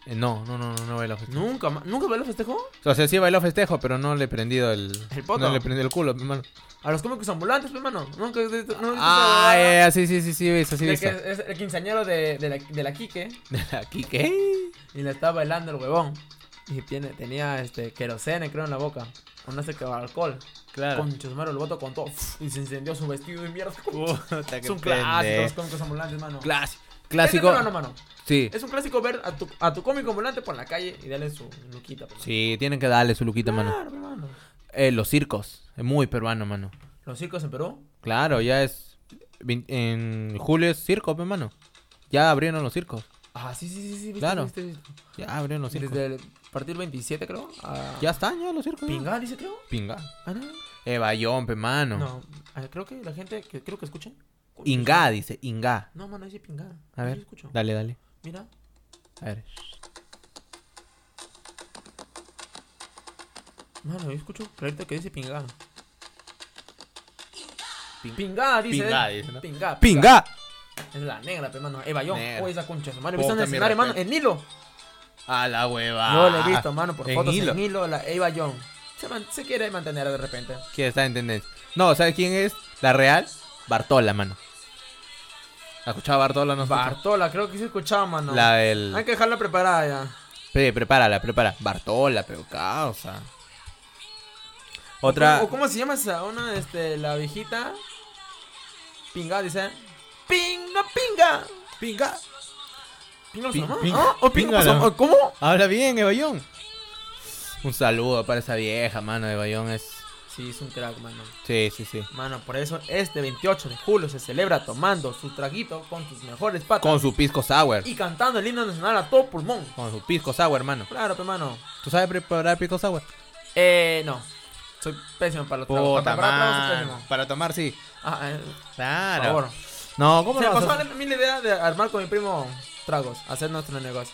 Speaker 1: Eh, No, no, no, no, no baila festejo.
Speaker 2: Nunca, ma- nunca bailas festejo.
Speaker 1: O sea, sí bailó festejo, pero no le he prendido el...
Speaker 2: ¿El poto?
Speaker 1: No le he prendido el culo, pe, mano.
Speaker 2: A los cómicos ambulantes, pe, mano. Nunca. no- no-
Speaker 1: Ah, eh, sí, sí, sí, sí, eso, sí,
Speaker 2: El
Speaker 1: eso.
Speaker 2: que es, es el quinceañero de, de la, de la Quique.
Speaker 1: ¿Aquí qué?
Speaker 2: Y le estaba bailando el huevón. Y tiene, tenía este querosene, creo, en la boca. O no sé qué alcohol.
Speaker 1: Claro.
Speaker 2: Conchos, mano, el voto con todo. Y se encendió su vestido de mierda.
Speaker 1: Puta,
Speaker 2: es
Speaker 1: qué
Speaker 2: un clásico, los
Speaker 1: pendejo.
Speaker 2: cómicos ambulantes, mano.
Speaker 1: Clásico.
Speaker 2: Ese
Speaker 1: Clásico.
Speaker 2: peruano, mano.
Speaker 1: Sí.
Speaker 2: Es un clásico ver a tu, a tu cómico ambulante por la calle y darle su luquita. pe, mano. Ah.
Speaker 1: Sí, tienen que darle su luquita, mano.
Speaker 2: Claro, pe, mano.
Speaker 1: Eh, los circos. Es muy peruano, mano.
Speaker 2: ¿Los circos en Perú?
Speaker 1: Claro, ya es. vin- En julio es circo, pe, mano. Ya abrieron los circos.
Speaker 2: Ah, sí, sí, sí, sí. viste,
Speaker 1: Claro.
Speaker 2: viste, viste.
Speaker 1: Ya abrieron los circos.
Speaker 2: Desde el partido 27, creo. A...
Speaker 1: Ya están, ya los circos. ya.
Speaker 2: Pingal, dice, creo.
Speaker 1: Pinga.
Speaker 2: Ah, no.
Speaker 1: Eh, Bayón, pe, mano.
Speaker 2: No, Ah, creo que la gente que creo que escucha.
Speaker 1: Inga, dice. Inga.
Speaker 2: No, mano, dice pingal.
Speaker 1: A
Speaker 2: Sí
Speaker 1: ver.
Speaker 2: escucho.
Speaker 1: Dale, dale.
Speaker 2: Mira.
Speaker 1: A ver.
Speaker 2: Mano, yo escucho clarito que dice pingal. Pingal, dice. ¿eh?
Speaker 1: Pingal, dice, ¿no?
Speaker 2: Pingal.
Speaker 1: Pinga.
Speaker 2: Es la negra, pe, mano. Eva Young.
Speaker 1: Negra.
Speaker 2: Oh, esa concha. su Madre,
Speaker 1: Puta,
Speaker 2: ¿viste en el
Speaker 1: mi
Speaker 2: escenario, mano?
Speaker 1: respeto.
Speaker 2: En Nilo.
Speaker 1: A la hueva.
Speaker 2: Yo le he visto, mano, por
Speaker 1: Ah, en
Speaker 2: fotos
Speaker 1: Hilo.
Speaker 2: en Nilo. La Eva Young. Se, man- se quiere mantener de repente.
Speaker 1: Que está en tendencia. No, ¿sabes quién es? La real. Bartola, mano. ¿La escuchaba Bartola? No escucha?
Speaker 2: Bartola, creo que sí escuchaba, mano.
Speaker 1: La del.
Speaker 2: Hay que dejarla preparada ya.
Speaker 1: Pre- prepárala, prepara. Bartola, pero causa. Otra.
Speaker 2: ¿O cómo, o cómo se llama esa? Una, este, la viejita. Pinga, dice. Pinga, pinga.
Speaker 1: Pinga.
Speaker 2: Pinga,
Speaker 1: Pin-
Speaker 2: su mamá.
Speaker 1: pin-
Speaker 2: ¿Ah? ¿O pinga,
Speaker 1: pinga,
Speaker 2: su
Speaker 1: la-
Speaker 2: mamá? ¿Cómo?
Speaker 1: Habla bien, Evayón. Un saludo para esa vieja, mano. Evayón es.
Speaker 2: Sí, es un crack, mano.
Speaker 1: Sí, sí, sí.
Speaker 2: Mano, por eso este 28 de julio se celebra tomando su traguito con sus mejores patas.
Speaker 1: Con su pisco sour.
Speaker 2: Y cantando el himno nacional a todo pulmón.
Speaker 1: Con su pisco sour, hermano.
Speaker 2: Claro, pero mano.
Speaker 1: ¿Tú sabes preparar pisco sour?
Speaker 2: Eh, no. Soy pésimo para los tragos. Para preparar tragos soy pésimo.
Speaker 1: Para tomar, sí.
Speaker 2: Ah, eh,
Speaker 1: Claro.
Speaker 2: por favor.
Speaker 1: No, ¿cómo
Speaker 2: Se
Speaker 1: no
Speaker 2: me
Speaker 1: vas
Speaker 2: pasó
Speaker 1: a-
Speaker 2: a mí la idea de armar con mi primo tragos, hacer nuestro negocio.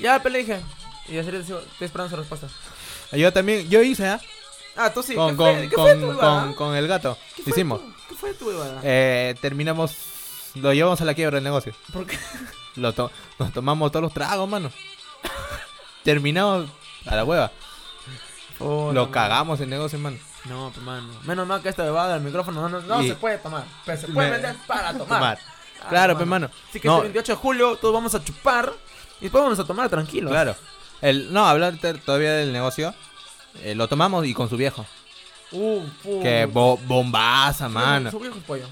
Speaker 2: Ya pero le dije, y así le digo, estoy esperando su respuesta.
Speaker 1: Yo también, yo hice, ¿ah?
Speaker 2: Ah, tú sí,
Speaker 1: Con,
Speaker 2: ¿qué
Speaker 1: con,
Speaker 2: fue, ¿Qué fue
Speaker 1: con,
Speaker 2: tu huevada?
Speaker 1: con, con el gato.
Speaker 2: ¿Qué fue
Speaker 1: Hicimos.
Speaker 2: tu- ¿Qué fue tu huevada?
Speaker 1: Eh, terminamos. Lo llevamos a la quiebra el negocio.
Speaker 2: ¿Por qué?
Speaker 1: Lo to- nos tomamos todos los tragos, mano. Terminamos a la hueva. Lo cagamos el negocio, mano.
Speaker 2: Oh, No, pero mano. Menos mal que esta huevada del micrófono no, no, no
Speaker 1: Y-
Speaker 2: se puede tomar, pero se puede
Speaker 1: Me-
Speaker 2: vender para tomar.
Speaker 1: Tomar. Claro,
Speaker 2: pero
Speaker 1: pues, mano.
Speaker 2: Así que
Speaker 1: No.
Speaker 2: este 28 de julio todos vamos a chupar y después vamos a tomar tranquilos.
Speaker 1: Claro. El, no, hablar te- todavía del negocio. Eh, lo tomamos y con su viejo.
Speaker 2: Uh, puh.
Speaker 1: Que bo- bombaza,
Speaker 2: Sí,
Speaker 1: mano.
Speaker 2: Su viejo es pollo.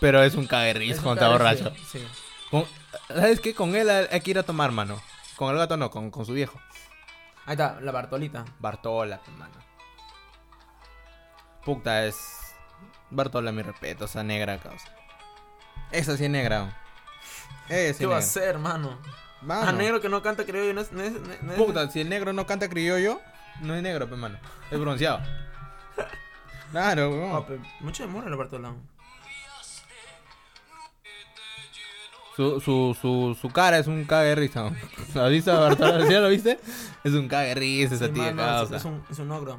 Speaker 1: Pero es un caguerriz
Speaker 2: Es un
Speaker 1: cuando está
Speaker 2: cara,
Speaker 1: borracho.
Speaker 2: Sí. sí.
Speaker 1: Con- ¿Sabes qué? Con él hay hay que ir a tomar, mano. Con el gato no, con, con su viejo.
Speaker 2: Ahí está, la Bartolita.
Speaker 1: Bartola, pues, mano. Puta, es. Bartola, mi respeto, esa negra causa. Esa sí es negra. weón. Esa sí es
Speaker 2: ¿Qué va a
Speaker 1: negra.
Speaker 2: hacer, hermano?
Speaker 1: Mano,
Speaker 2: A negro que no canta creo no es, no es, no es- no es-
Speaker 1: Ah, Puta, si el negro no canta criollo, no es negro, pues, mano. Es bronceado. claro, weón.
Speaker 2: Ah, pe- mucho demora la Bartolao.
Speaker 1: Su, su, su, su cara es un cague de risa. weón. ¿Lo viste, Bartola? ¿Sí lo viste? Es un cague de risa esa
Speaker 2: Sí,
Speaker 1: tía,
Speaker 2: mano, es,
Speaker 1: causa.
Speaker 2: es un, es un ogro.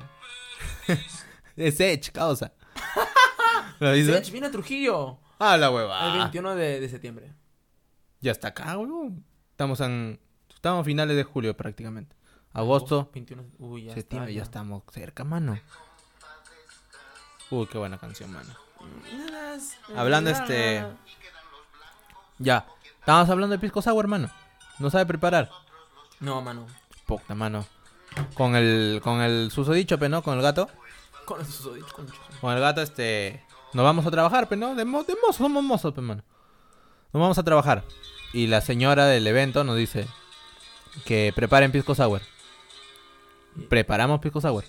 Speaker 1: Es Edge, causa. ¿Lo viste?
Speaker 2: Sech, viene a Trujillo
Speaker 1: Ah, la
Speaker 2: el
Speaker 1: hueva.
Speaker 2: 21 de, de septiembre.
Speaker 1: Ya está acá, weón. Estamos en. Estamos a finales de julio prácticamente. Agosto,
Speaker 2: 21, Oh, uy, Ah, ya
Speaker 1: septiembre, ya
Speaker 2: está.
Speaker 1: estamos cerca, mano. Uy, qué buena canción, mano. Hablando, este, Ya. Estábamos hablando de pisco sour, hermano. No sabe preparar.
Speaker 2: No, mano.
Speaker 1: Puta, mano. Con el. Con el susodicho, pe, ¿no? Con el gato.
Speaker 2: Con eso soy concho.
Speaker 1: Con el gato, este. Nos vamos a trabajar, pero no, de, mo de mozos, somos mozos, pe, mano. Nos vamos a trabajar. Y la señora del evento nos dice que preparen pisco sour. Preparamos pisco sour.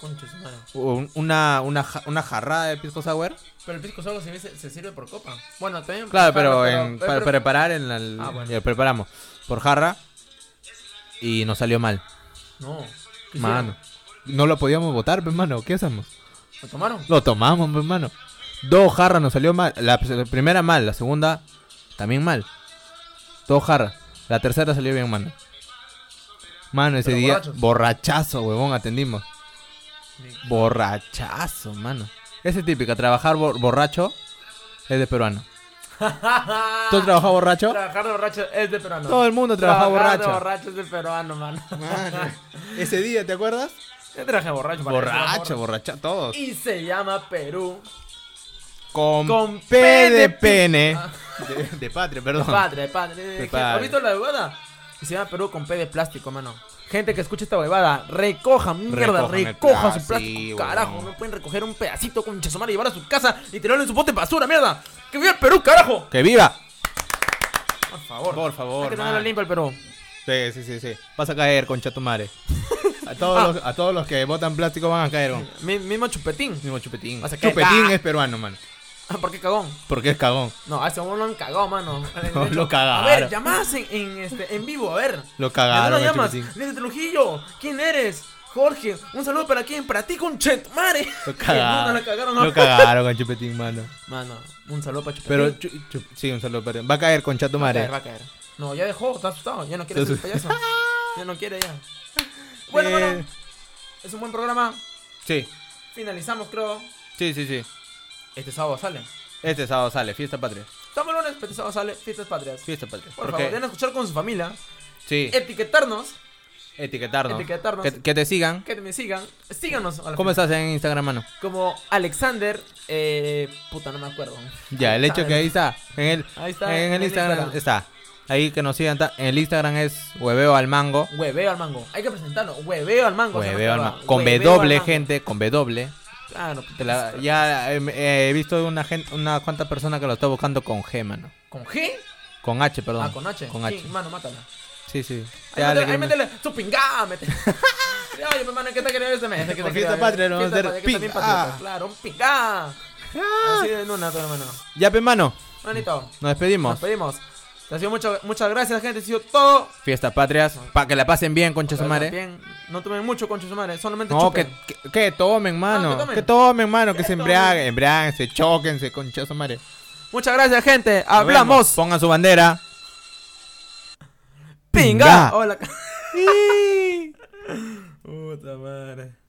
Speaker 2: Concho, su madre.
Speaker 1: Un- una, una, ja- una jarrada de pisco sour.
Speaker 2: Pero el pisco solo se, se, se sirve por copa. Bueno, también.
Speaker 1: Claro,
Speaker 2: claro,
Speaker 1: pero, en-
Speaker 2: pero-
Speaker 1: para
Speaker 2: pero-
Speaker 1: preparar en la, el-
Speaker 2: Ah, bueno.
Speaker 1: eh, preparamos por jarra y nos salió mal.
Speaker 2: No. ¿Qué hicieron?
Speaker 1: Mano, no lo podíamos botar, pe, mano. ¿Qué hacemos?
Speaker 2: ¿Lo tomaron?
Speaker 1: Lo tomamos, mi hermano. Dos jarras nos salió mal. La, la primera mal, la segunda también mal. Dos jarras. La tercera salió bien, mano. Mano, ese
Speaker 2: Pero
Speaker 1: día
Speaker 2: borrachos.
Speaker 1: borrachazo, huevón, atendimos.
Speaker 2: Ni-
Speaker 1: Borrachazo, mano. Esa es típica, trabajar bor- borracho es de peruano. ¿Tú has trabajado borracho?
Speaker 2: Trabajar de borracho es de peruano.
Speaker 1: Todo el mundo trabaja
Speaker 2: Trabajar de
Speaker 1: borracho.
Speaker 2: borracho es de peruano, mano.
Speaker 1: Ese día, ¿te acuerdas?
Speaker 2: Yo traje borracho. para
Speaker 1: Borracho,
Speaker 2: eso,
Speaker 1: borracho, todos.
Speaker 2: Y se llama Perú.
Speaker 1: Con,
Speaker 2: Con
Speaker 1: P
Speaker 2: P de
Speaker 1: de
Speaker 2: pi-
Speaker 1: pene.
Speaker 2: Ah.
Speaker 1: De, de patria, perdón.
Speaker 2: Padre, padre.
Speaker 1: Ah. Qué padre.
Speaker 2: ¿Has visto la huevada? Y se llama Perú con P de plástico, mano. Gente que escucha esta huevada, recoja, mierda,
Speaker 1: Recojan el
Speaker 2: recoja
Speaker 1: plas-
Speaker 2: su plástico.
Speaker 1: sí,
Speaker 2: carajo,
Speaker 1: huevón.
Speaker 2: no pueden recoger un pedacito con chasomar y llevarlo a su casa y tirarlo en su bote de basura, mierda. ¡Que viva el Perú, carajo!
Speaker 1: ¡Que viva!
Speaker 2: Por favor.
Speaker 1: Por
Speaker 2: Hay
Speaker 1: favor,
Speaker 2: que tenerlo
Speaker 1: man.
Speaker 2: limpio Ah. el Perú.
Speaker 1: Sí, sí, sí, sí. Vas a caer, concha tu madre. A todos, los, a todos los que botan plástico van a caer, weón.
Speaker 2: Mi- mismo chupetín.
Speaker 1: Mismo Chupetín.
Speaker 2: Vas a caer.
Speaker 1: Chupetín
Speaker 2: Ah.
Speaker 1: es peruano, mano.
Speaker 2: Ah, ¿Por qué cagón?
Speaker 1: Porque es cagón.
Speaker 2: No, a ese uno lo han cagado, mano.
Speaker 1: No, lo
Speaker 2: A
Speaker 1: cagaron.
Speaker 2: ver, llamadas en, en, este, en vivo, a ver.
Speaker 1: Lo
Speaker 2: ¿A
Speaker 1: cagaron. este
Speaker 2: dónde
Speaker 1: el
Speaker 2: llamas?
Speaker 1: Chupetín.
Speaker 2: Desde Trujillo. ¿Quién eres? Jorge. Un saludo para quién? Para ti, conchetumare.
Speaker 1: Lo
Speaker 2: No,
Speaker 1: cagaron.
Speaker 2: no la cagaron, no.
Speaker 1: Lo cagaron con Chupetín, mano.
Speaker 2: Mano, un saludo para Chupetín.
Speaker 1: Pero, chu- chu- sí, un saludo para Va a caer con Chato
Speaker 2: va a
Speaker 1: Mare.
Speaker 2: caer, va a caer. No, ya dejó, está asustado. Ya no quiere ser
Speaker 1: Entonces-
Speaker 2: payaso. Ya no quiere, ya. Bueno,
Speaker 1: Eh,
Speaker 2: mano, es un buen programa.
Speaker 1: Sí,
Speaker 2: Finalizamos, creo.
Speaker 1: sí, sí, sí.
Speaker 2: Este sábado sale.
Speaker 1: Este sábado sale, fiesta patria.
Speaker 2: Estamos lunes, pero este sábado sale. Fiestas patrias.
Speaker 1: Fiesta patria.
Speaker 2: Por
Speaker 1: Porque-
Speaker 2: favor, deben escuchar con su familia.
Speaker 1: sí,
Speaker 2: Etiquetarnos.
Speaker 1: etiquetarnos.
Speaker 2: etiquetarnos.
Speaker 1: Que, que te sigan.
Speaker 2: Que me sigan. Síganos. a la
Speaker 1: ¿Cómo estás en Instagram, mano?
Speaker 2: Como Alexander, eh, puta, no me acuerdo.
Speaker 1: Ya, el hecho que ahí está. En el,
Speaker 2: Ahí está,
Speaker 1: en el Instagram,
Speaker 2: Instagram.
Speaker 1: está. Ahí que nos sigan. ta- El Instagram es hueveo al mango.
Speaker 2: Hueveo al mango. Hay que presentarlo. Hueveo al mango. se llama
Speaker 1: Hueveo al
Speaker 2: esta
Speaker 1: mango.
Speaker 2: huevada.
Speaker 1: Con B
Speaker 2: Hueveo al
Speaker 1: doble,
Speaker 2: mango.
Speaker 1: gente. Con B doble.
Speaker 2: Claro,
Speaker 1: Te la- ya eh, eh, he visto una, gen- una cuanta persona que lo está buscando con G, mano.
Speaker 2: ¿Con G?
Speaker 1: Con H, perdón.
Speaker 2: Ah, con H.
Speaker 1: Con H.
Speaker 2: Sí, mano, mátala.
Speaker 1: Sí, sí.
Speaker 2: Ahí
Speaker 1: Ya le
Speaker 2: métele, ahí
Speaker 1: queremos-
Speaker 2: métele su pingá, métele. Ya, Oye, hermano, ¿qué está queriendo este mes? ¿Qué está
Speaker 1: Por
Speaker 2: queriendo?
Speaker 1: fiesta patria, le vamos a
Speaker 2: Fiesta
Speaker 1: hacer
Speaker 2: patria, que está bien
Speaker 1: pingá.
Speaker 2: patriota. Claro, un pingá.
Speaker 1: Ah.
Speaker 2: Así de nuna, tu hermano.
Speaker 1: Ya, pe, mano.
Speaker 2: Manito,
Speaker 1: Nos despedimos.
Speaker 2: nos pedimos. Te ha sido mucho, muchas gracias, gente. Ha sido todo.
Speaker 1: Fiestas patrias. Para que la pasen bien, concha su madre.
Speaker 2: Bien, no tomen mucho, concha su madre. Solamente
Speaker 1: No, que,
Speaker 2: chupen. Ah,
Speaker 1: que, que tomen, mano.
Speaker 2: que tomen.
Speaker 1: que tomen, mano. Que
Speaker 2: Que
Speaker 1: se
Speaker 2: tomen.
Speaker 1: embriaguen. Embriáguense, choquense, concha su madre. Nos
Speaker 2: Muchas gracias, gente.
Speaker 1: vemos.
Speaker 2: Hablamos.
Speaker 1: Pongan su bandera.
Speaker 2: Pinga. Oh.
Speaker 1: Pinga.
Speaker 2: Hola. Puta madre.